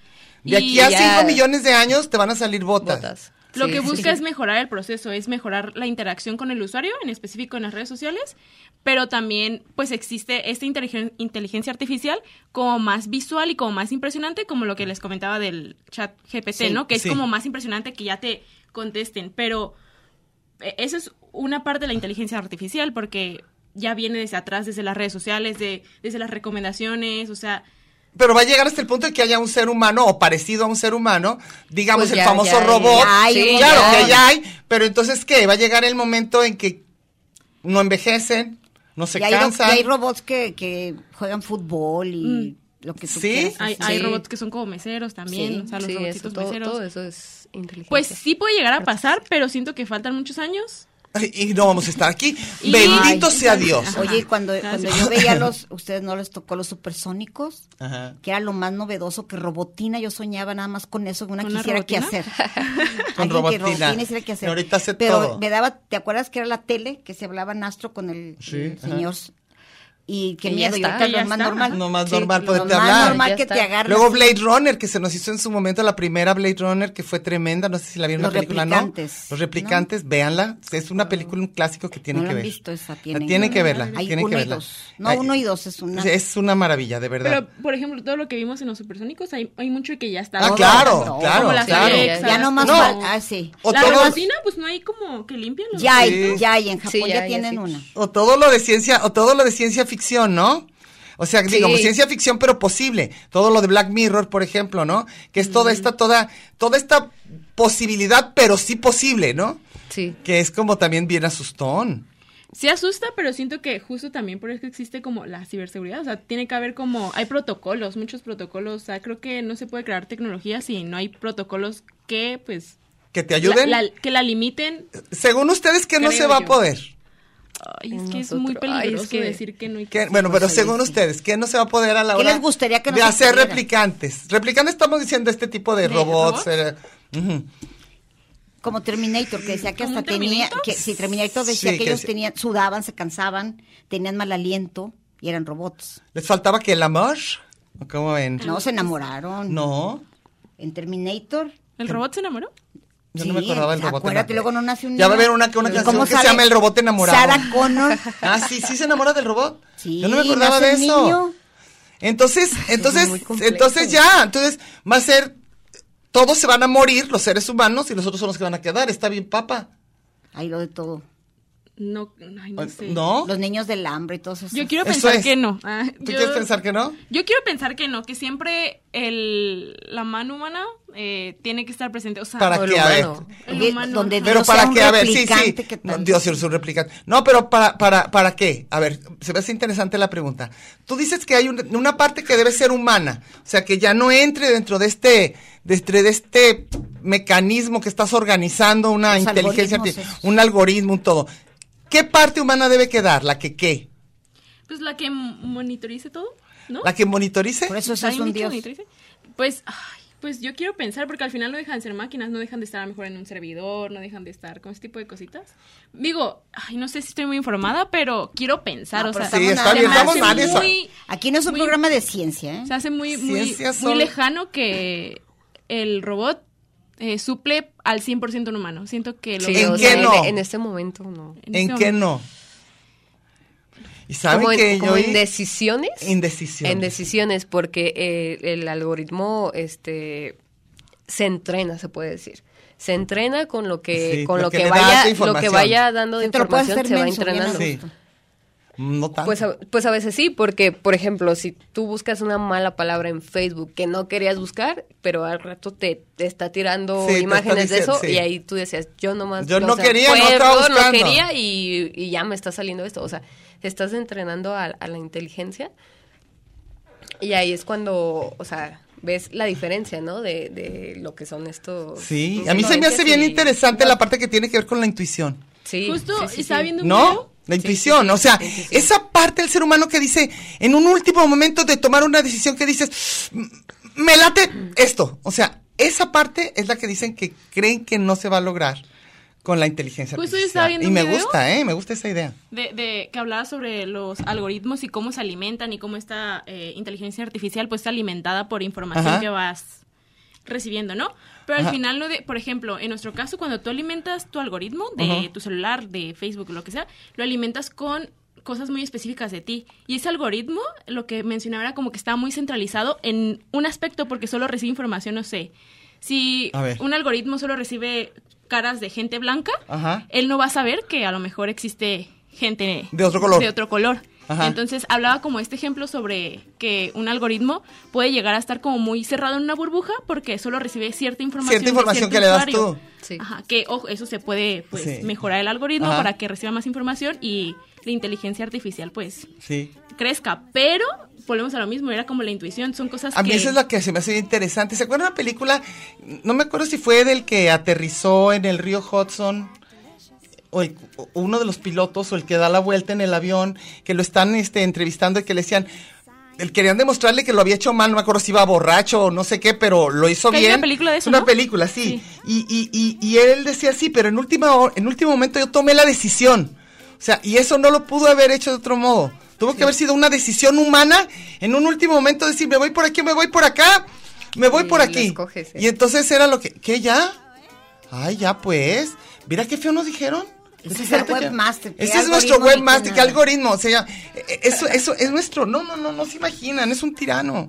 A: De
B: Y
A: aquí a
B: ya-
A: 5 millones de años te van a salir botas.
G: Lo que busca es mejorar el proceso, es mejorar la interacción con el usuario, en específico en las redes sociales, pero también pues existe esta inteligen- inteligencia artificial como más visual y como más impresionante, como lo que les comentaba del chat GPT,
F: Sí,
G: ¿no? Que es
F: sí.
G: como más impresionante que ya te contesten, pero eh, esa es una parte de la inteligencia artificial porque ya viene desde atrás, desde las redes sociales, de, desde las recomendaciones, o sea,
A: Pero va a llegar hasta el punto de que haya un ser humano o parecido a un ser humano, digamos
G: Pues
A: el
G: ya-
A: famoso
G: ya hay.
A: robot.
G: Ya hay un
A: claro
G: montón.
A: que ya hay, pero entonces ¿qué? Va a llegar el momento en que no envejecen, no se
B: Y hay, ro-
A: cansan.
B: y hay robots que, que juegan fútbol y lo que tú
A: Sí.
B: quieras.
G: hay, hay robots que son como meseros también,
F: Sí,
G: o sea, los
F: sí, eso,
G: robotitos
F: todo-
G: meseros.
F: todo eso es inteligencia.
G: Pues sí puede llegar a pasar, pero siento que faltan muchos años.
A: Ay, Y no vamos a estar aquí.
G: Y-
A: Bendito
G: Ay,
A: sea
G: entonces-
A: Dios.
G: Ajá.
B: Oye, y cuando,
G: Gracias.
B: cuando yo veía los, ustedes no les tocó los supersónicos,
A: Ajá.
B: que era lo más novedoso, que robotina, yo soñaba nada más con eso, que una,
G: ¿Con una
B: quisiera que
G: robotina?
B: hacer.
A: Con
B: Alguien que
A: robotina.
B: robotina quisiera que hacer.
A: Y ahorita hace
B: Pero
A: todo.
B: me daba, ¿te acuerdas que era la tele que se hablaba en astro con el,
A: Sí,
B: el
A: ajá.
B: señor? Y qué
F: Que ya
B: miedo, y
F: está,
B: ahorita
F: que ya
B: lo más
F: está.
B: normal.
A: No más
B: Sí,
A: normal
B: lo
A: poderte
B: más
A: hablar.
B: normal que te agarres.
A: Luego Blade Runner, que se nos hizo en su momento la primera Blade Runner, que fue tremenda. No sé si la vieron
B: Los
A: la película,
B: replicantes,
A: ¿no? Los replicantes, véanla. Es una película, un clásico que tienen
B: no lo
A: que
B: han
A: ver.
B: visto esa,
A: tienen,
B: tienen,
A: que verla.
B: Hay
A: tienen
B: uno y
A: que verla.
B: dos. No,
A: Ay,
B: uno y dos, es una.
A: Es una maravilla, de verdad.
G: Pero, por ejemplo, todo lo que vimos en los supersónicos, hay, hay mucho que ya está.
A: Ah, claro, claro,
G: Como las
A: claro.
G: Alexas,
A: Ya nomás
G: como-
A: fal-
B: ah, sí.
A: O
G: la
A: todos-
G: robotina, pues no hay como que limpian. los-
B: Ya hay,
A: Sí.
B: ya hay, en Japón
G: Sí,
B: ya,
G: ya hay,
B: tienen
G: así.
B: una.
A: O todo lo de ciencia, o todo lo de ciencia ficción, ¿no? O sea,
B: Sí.
A: digamos, ciencia ficción, pero posible. Todo lo de Black Mirror, por ejemplo, ¿no? Que es toda esta, toda, toda esta posibilidad, pero sí posible, ¿no?
F: Sí.
A: Que es como también bien asustón.
G: Sí asusta, pero siento que justo también por eso existe como la ciberseguridad. O sea, tiene que haber como, hay protocolos, muchos protocolos. O sea, creo que no se puede crear tecnología si no hay protocolos que, pues...
A: Que te ayuden.
G: la- la- que la limiten.
A: Según ustedes, que no
G: Creo
A: se va a
G: yo.
A: poder.
G: Ay, es que es muy
F: nosotros. Ay, es
G: peligroso
F: que-
G: decir que no hay
A: ¿Qué- bueno, pero según ustedes, ¿qué no se va a poder a la
B: ¿Qué
A: hora
B: les gustaría que
A: de
B: nos
A: hacer
B: enseñaran?
A: replicantes? Replicantes estamos diciendo este tipo de,
B: ¿De
A: robots.
B: robots?
A: eh, ujú.
B: Como Terminator, que decía que
G: ¿Como
B: hasta
G: un
B: tenía,
G: Terminator?
B: que, sí, Terminator decía
A: Sí,
B: que
A: que
B: ellos
A: sí.
B: tenían, sudaban, se cansaban, tenían mal aliento y eran robots.
A: ¿Les faltaba que el amor? ¿O ¿Cómo ven?
G: Ah,
B: No,
G: pues,
B: se enamoraron.
A: No,
B: En Terminator.
G: ¿El robot se enamoró?
A: yo no me acordaba del robot.
B: Acuérdate, luego
A: enamorado.
B: no nace un
A: Ya va a
B: niño.
A: haber una, una
B: ¿Y
A: canción
B: cómo
A: que se
B: sabe?
A: llama El robot enamorado.
B: Sarah Connor.
A: (laughs) Ah, sí, sí se enamora del robot.
B: Sí,
A: Yo no me acordaba
B: nace
A: de
B: un
A: eso.
B: niño.
A: Entonces, entonces,
B: muy complejo.
A: entonces ya, entonces va a ser, todos se van a morir, los seres humanos, y los otros son los que van a quedar. Está bien, papa.
B: Ahí lo de todo.
G: No, ay, no sé.
A: Pues, ¿No?
B: Los niños del hambre y todo eso.
G: Yo quiero
A: Eso
G: pensar
A: es.
G: que no. Ah,
A: ¿Tú
G: yo-
A: quieres pensar que no?
G: Yo quiero pensar que no, que siempre el, la mano humana eh, tiene que estar presente. O sea,
A: ¿Para
G: el
A: qué? A ver.
G: humano. El
B: Oye,
G: humano,
B: donde
G: ajá.
A: Pero
B: Dios
A: para
B: sea un
A: qué, a ver, sí, sí.
B: replicante, ¿qué
A: No,
B: tal?
A: Dios es un replicante. No, pero para, para, para qué? A ver, se me hace interesante la pregunta. Tú dices que hay un- una parte que debe ser humana, o sea, que ya no entre dentro de este, dentro de este mecanismo que estás organizando una
B: Los
A: inteligencia
B: algoritmos
A: artificial,
B: esos.
A: un algoritmo, un todo. ¿Qué parte humana debe quedar? ¿La que qué?
G: Pues la que monitorice todo, ¿no?
A: ¿La que monitorice?
B: Por eso es
G: ¿Alguien
B: un
G: dijo
B: Dios.
G: monitorice? Pues, ay, pues yo quiero pensar, porque al final no dejan de ser máquinas, no dejan de estar a lo mejor en un servidor, no dejan de estar con ese tipo de cositas. Digo, ay, no sé si estoy muy informada, pero quiero pensar,
B: No,
G: o
B: pero
G: sea,
A: Sí,
B: estamos nada
A: está bien,
G: se me
B: más
A: estamos
G: hace
A: mal eso.
G: muy-
B: Aquí no es un
G: muy-
B: programa de ciencia, ¿eh?
G: se hace muy, muy,
A: Ciencia
G: muy
A: solo.
G: lejano que el robot eh, suple al 100% un humano. Siento que lo
F: Sí,
A: ¿En
F: o
A: qué
F: sea,
A: no?
F: En este momento no.
A: ¿En
G: este
A: qué
G: momento.
A: no? Y saben
F: como en,
A: que yo
F: como en decisiones.
A: indecisión.
F: En decisiones, porque eh, el algoritmo este se entrena, se puede decir. Se entrena con lo que,
A: Sí,
F: con
A: lo
F: lo,
A: que
F: que,
A: le das de
F: vaya, lo que
A: información.
F: vaya dando de
B: Te lo puedes
F: información
B: hacer
F: se
B: menso,
F: va
B: bien a
F: entrenando.
A: Sí. Mm, No tanto.
F: Pues a, pues a veces sí, porque, por ejemplo, si tú buscas una mala palabra en Facebook que no querías buscar, pero al rato te, te está tirando
A: Sí, te está
F: imágenes
A: diciendo,
F: de eso
A: sí.
F: y ahí tú decías, yo nomás...
A: Yo
F: o
A: no
F: sea,
A: quería,
F: fue
A: no estaba
F: error,
A: buscando.
F: No quería y, y ya me está saliendo esto. O sea, te estás entrenando a, a la inteligencia y ahí es cuando, o sea, ves la diferencia, ¿no? De, de lo que son estos...
A: Sí, a mí se me hace bien
F: influencers y-
A: interesante la parte que tiene que ver con la intuición.
F: Sí,
G: Justo
F: sí, sí,
G: estaba
F: sí.
G: viendo un
A: ¿No?
G: video.
A: La intuición, o sea, esa parte del ser humano que dice, en un último momento de tomar una decisión que dices, "M- me late esto. O sea, esa parte es la que dicen que creen que no se va a lograr con la inteligencia
G: Justo yo
A: artificial.
G: estaba viendo
A: y
G: un
A: me
G: video.
A: gusta, ¿eh? Me gusta esa idea.
G: De, de que hablaba sobre los algoritmos y cómo se alimentan y cómo esta eh, inteligencia artificial pues está alimentada por información
A: Ajá.
G: que vas recibiendo, ¿no? Pero al
A: Ajá.
G: final, lo de, por ejemplo, en nuestro caso, cuando tú alimentas tu algoritmo de
A: Ujú.
G: tu celular, de Facebook, lo que sea, lo alimentas con cosas muy específicas de ti. Y ese algoritmo, lo que mencionaba era como que está muy centralizado en un aspecto porque solo recibe información, no sé. Si
A: A ver.
G: un algoritmo solo recibe caras de gente blanca,
A: Ajá.
G: él no va a saber que a lo mejor existe gente
A: De otro color.
G: de otro color.
A: Ajá.
G: Entonces hablaba como este ejemplo sobre que un algoritmo puede llegar a estar como muy cerrado en una burbuja porque solo recibe cierta
A: Cierta
G: información. de
A: información
G: cierto
A: que le das
G: usuario.
A: tú.
F: Sí.
G: Ajá, que ojo, eso se puede pues
A: Sí.
G: mejorar el algoritmo
A: Ajá.
G: para que reciba más información y la inteligencia artificial pues
A: Sí.
G: crezca, pero volvemos a lo mismo, era como la intuición, son cosas
A: A
G: que
A: mí eso es lo que se me hace interesante. ¿Se acuerdan de una película? No me acuerdo si fue del que aterrizó en el río Hudson. O, el- o uno de los pilotos o el que da la vuelta en el avión, que lo están este, entrevistando y que le decían, el- querían demostrarle que lo había hecho mal, no me acuerdo si iba borracho o no sé qué, pero lo hizo
G: Que hay
A: bien.
G: una película de
A: Es
G: eso,
A: Una
G: ¿no?
A: película, sí. Y, y- y- y él decía, sí, pero en, última, hor- en último momento yo tomé la decisión. O sea, y eso no lo pudo haber hecho de otro modo. Tuvo que haber sido una decisión humana en un último momento decir, me voy por aquí, me voy por acá, me voy
F: Y
A: por
F: lo
A: aquí.
F: escoges, eh.
A: Y entonces era lo que, ¿qué ya? Ay, ya pues. Mira qué feo nos dijeron.
B: Ese
A: Pues
B: es
A: fíjate
B: el
A: que-
B: webmaster, qué
A: Ese es nuestro
B: algoritmo ni
A: webmaster,
B: qué
A: qué
B: nada.
A: algoritmo. O sea, eh, eh, eso, eso es nuestro. No, no, no, no se imaginan, es un tirano.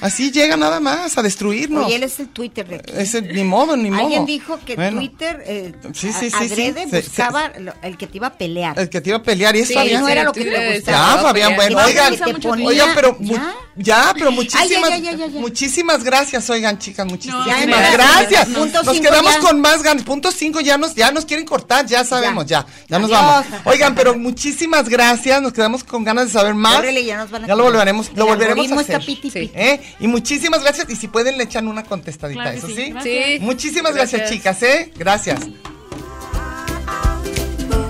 A: Así llega nada más a destruirnos.
B: Oye, él es el Twitter de aquí.
A: Ese, ni modo, ni modo.
B: Alguien dijo que
A: Bueno,
B: Twitter eh,
A: Sí, sí, sí,
B: a-
A: sí.
B: adrede
A: Se- se-
B: buscaba lo- el que te iba a pelear.
A: El que te iba a pelear y eso
F: Sí,
A: Fabián.
B: no era lo que
F: sí,
B: te
F: sí,
B: gustaba.
A: Ya, Ah, Fabián, bueno,
B: Iba a
A: oigan,
B: decir que te ponía-
A: oigan, pero mu-
B: ya.
A: ya, pero muchísimas,
B: Ay, ya, ya, ya, ya.
A: muchísimas gracias, oigan, chicas, muchísimas
G: ya,
A: gracias.
G: gracias.
B: No. Punto
A: nos
B: cinco
A: quedamos
B: ya.
A: con más ganas. Punto cinco, ya nos, ya nos quieren cortar, ya sabemos, ya, ya, nos
B: Adiós.
A: vamos. Oigan, pero muchísimas gracias, nos quedamos con ganas de saber más.
B: Órale, ya nos van a
A: lo
B: comer.
A: volveremos, lo
B: El
A: volveremos a
B: algoritmo
A: hacer.
B: está piti,
F: Sí.
B: piti.
A: ¿eh? Y muchísimas gracias, y si pueden le echan una contestadita,
G: Claro que
A: eso
G: sí,
A: sí.
G: gracias.
F: Sí.
A: Muchísimas gracias, chicas, eh, gracias.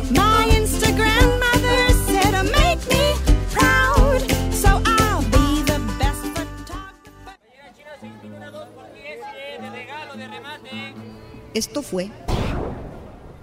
E: My Instagram, my
B: Esto fue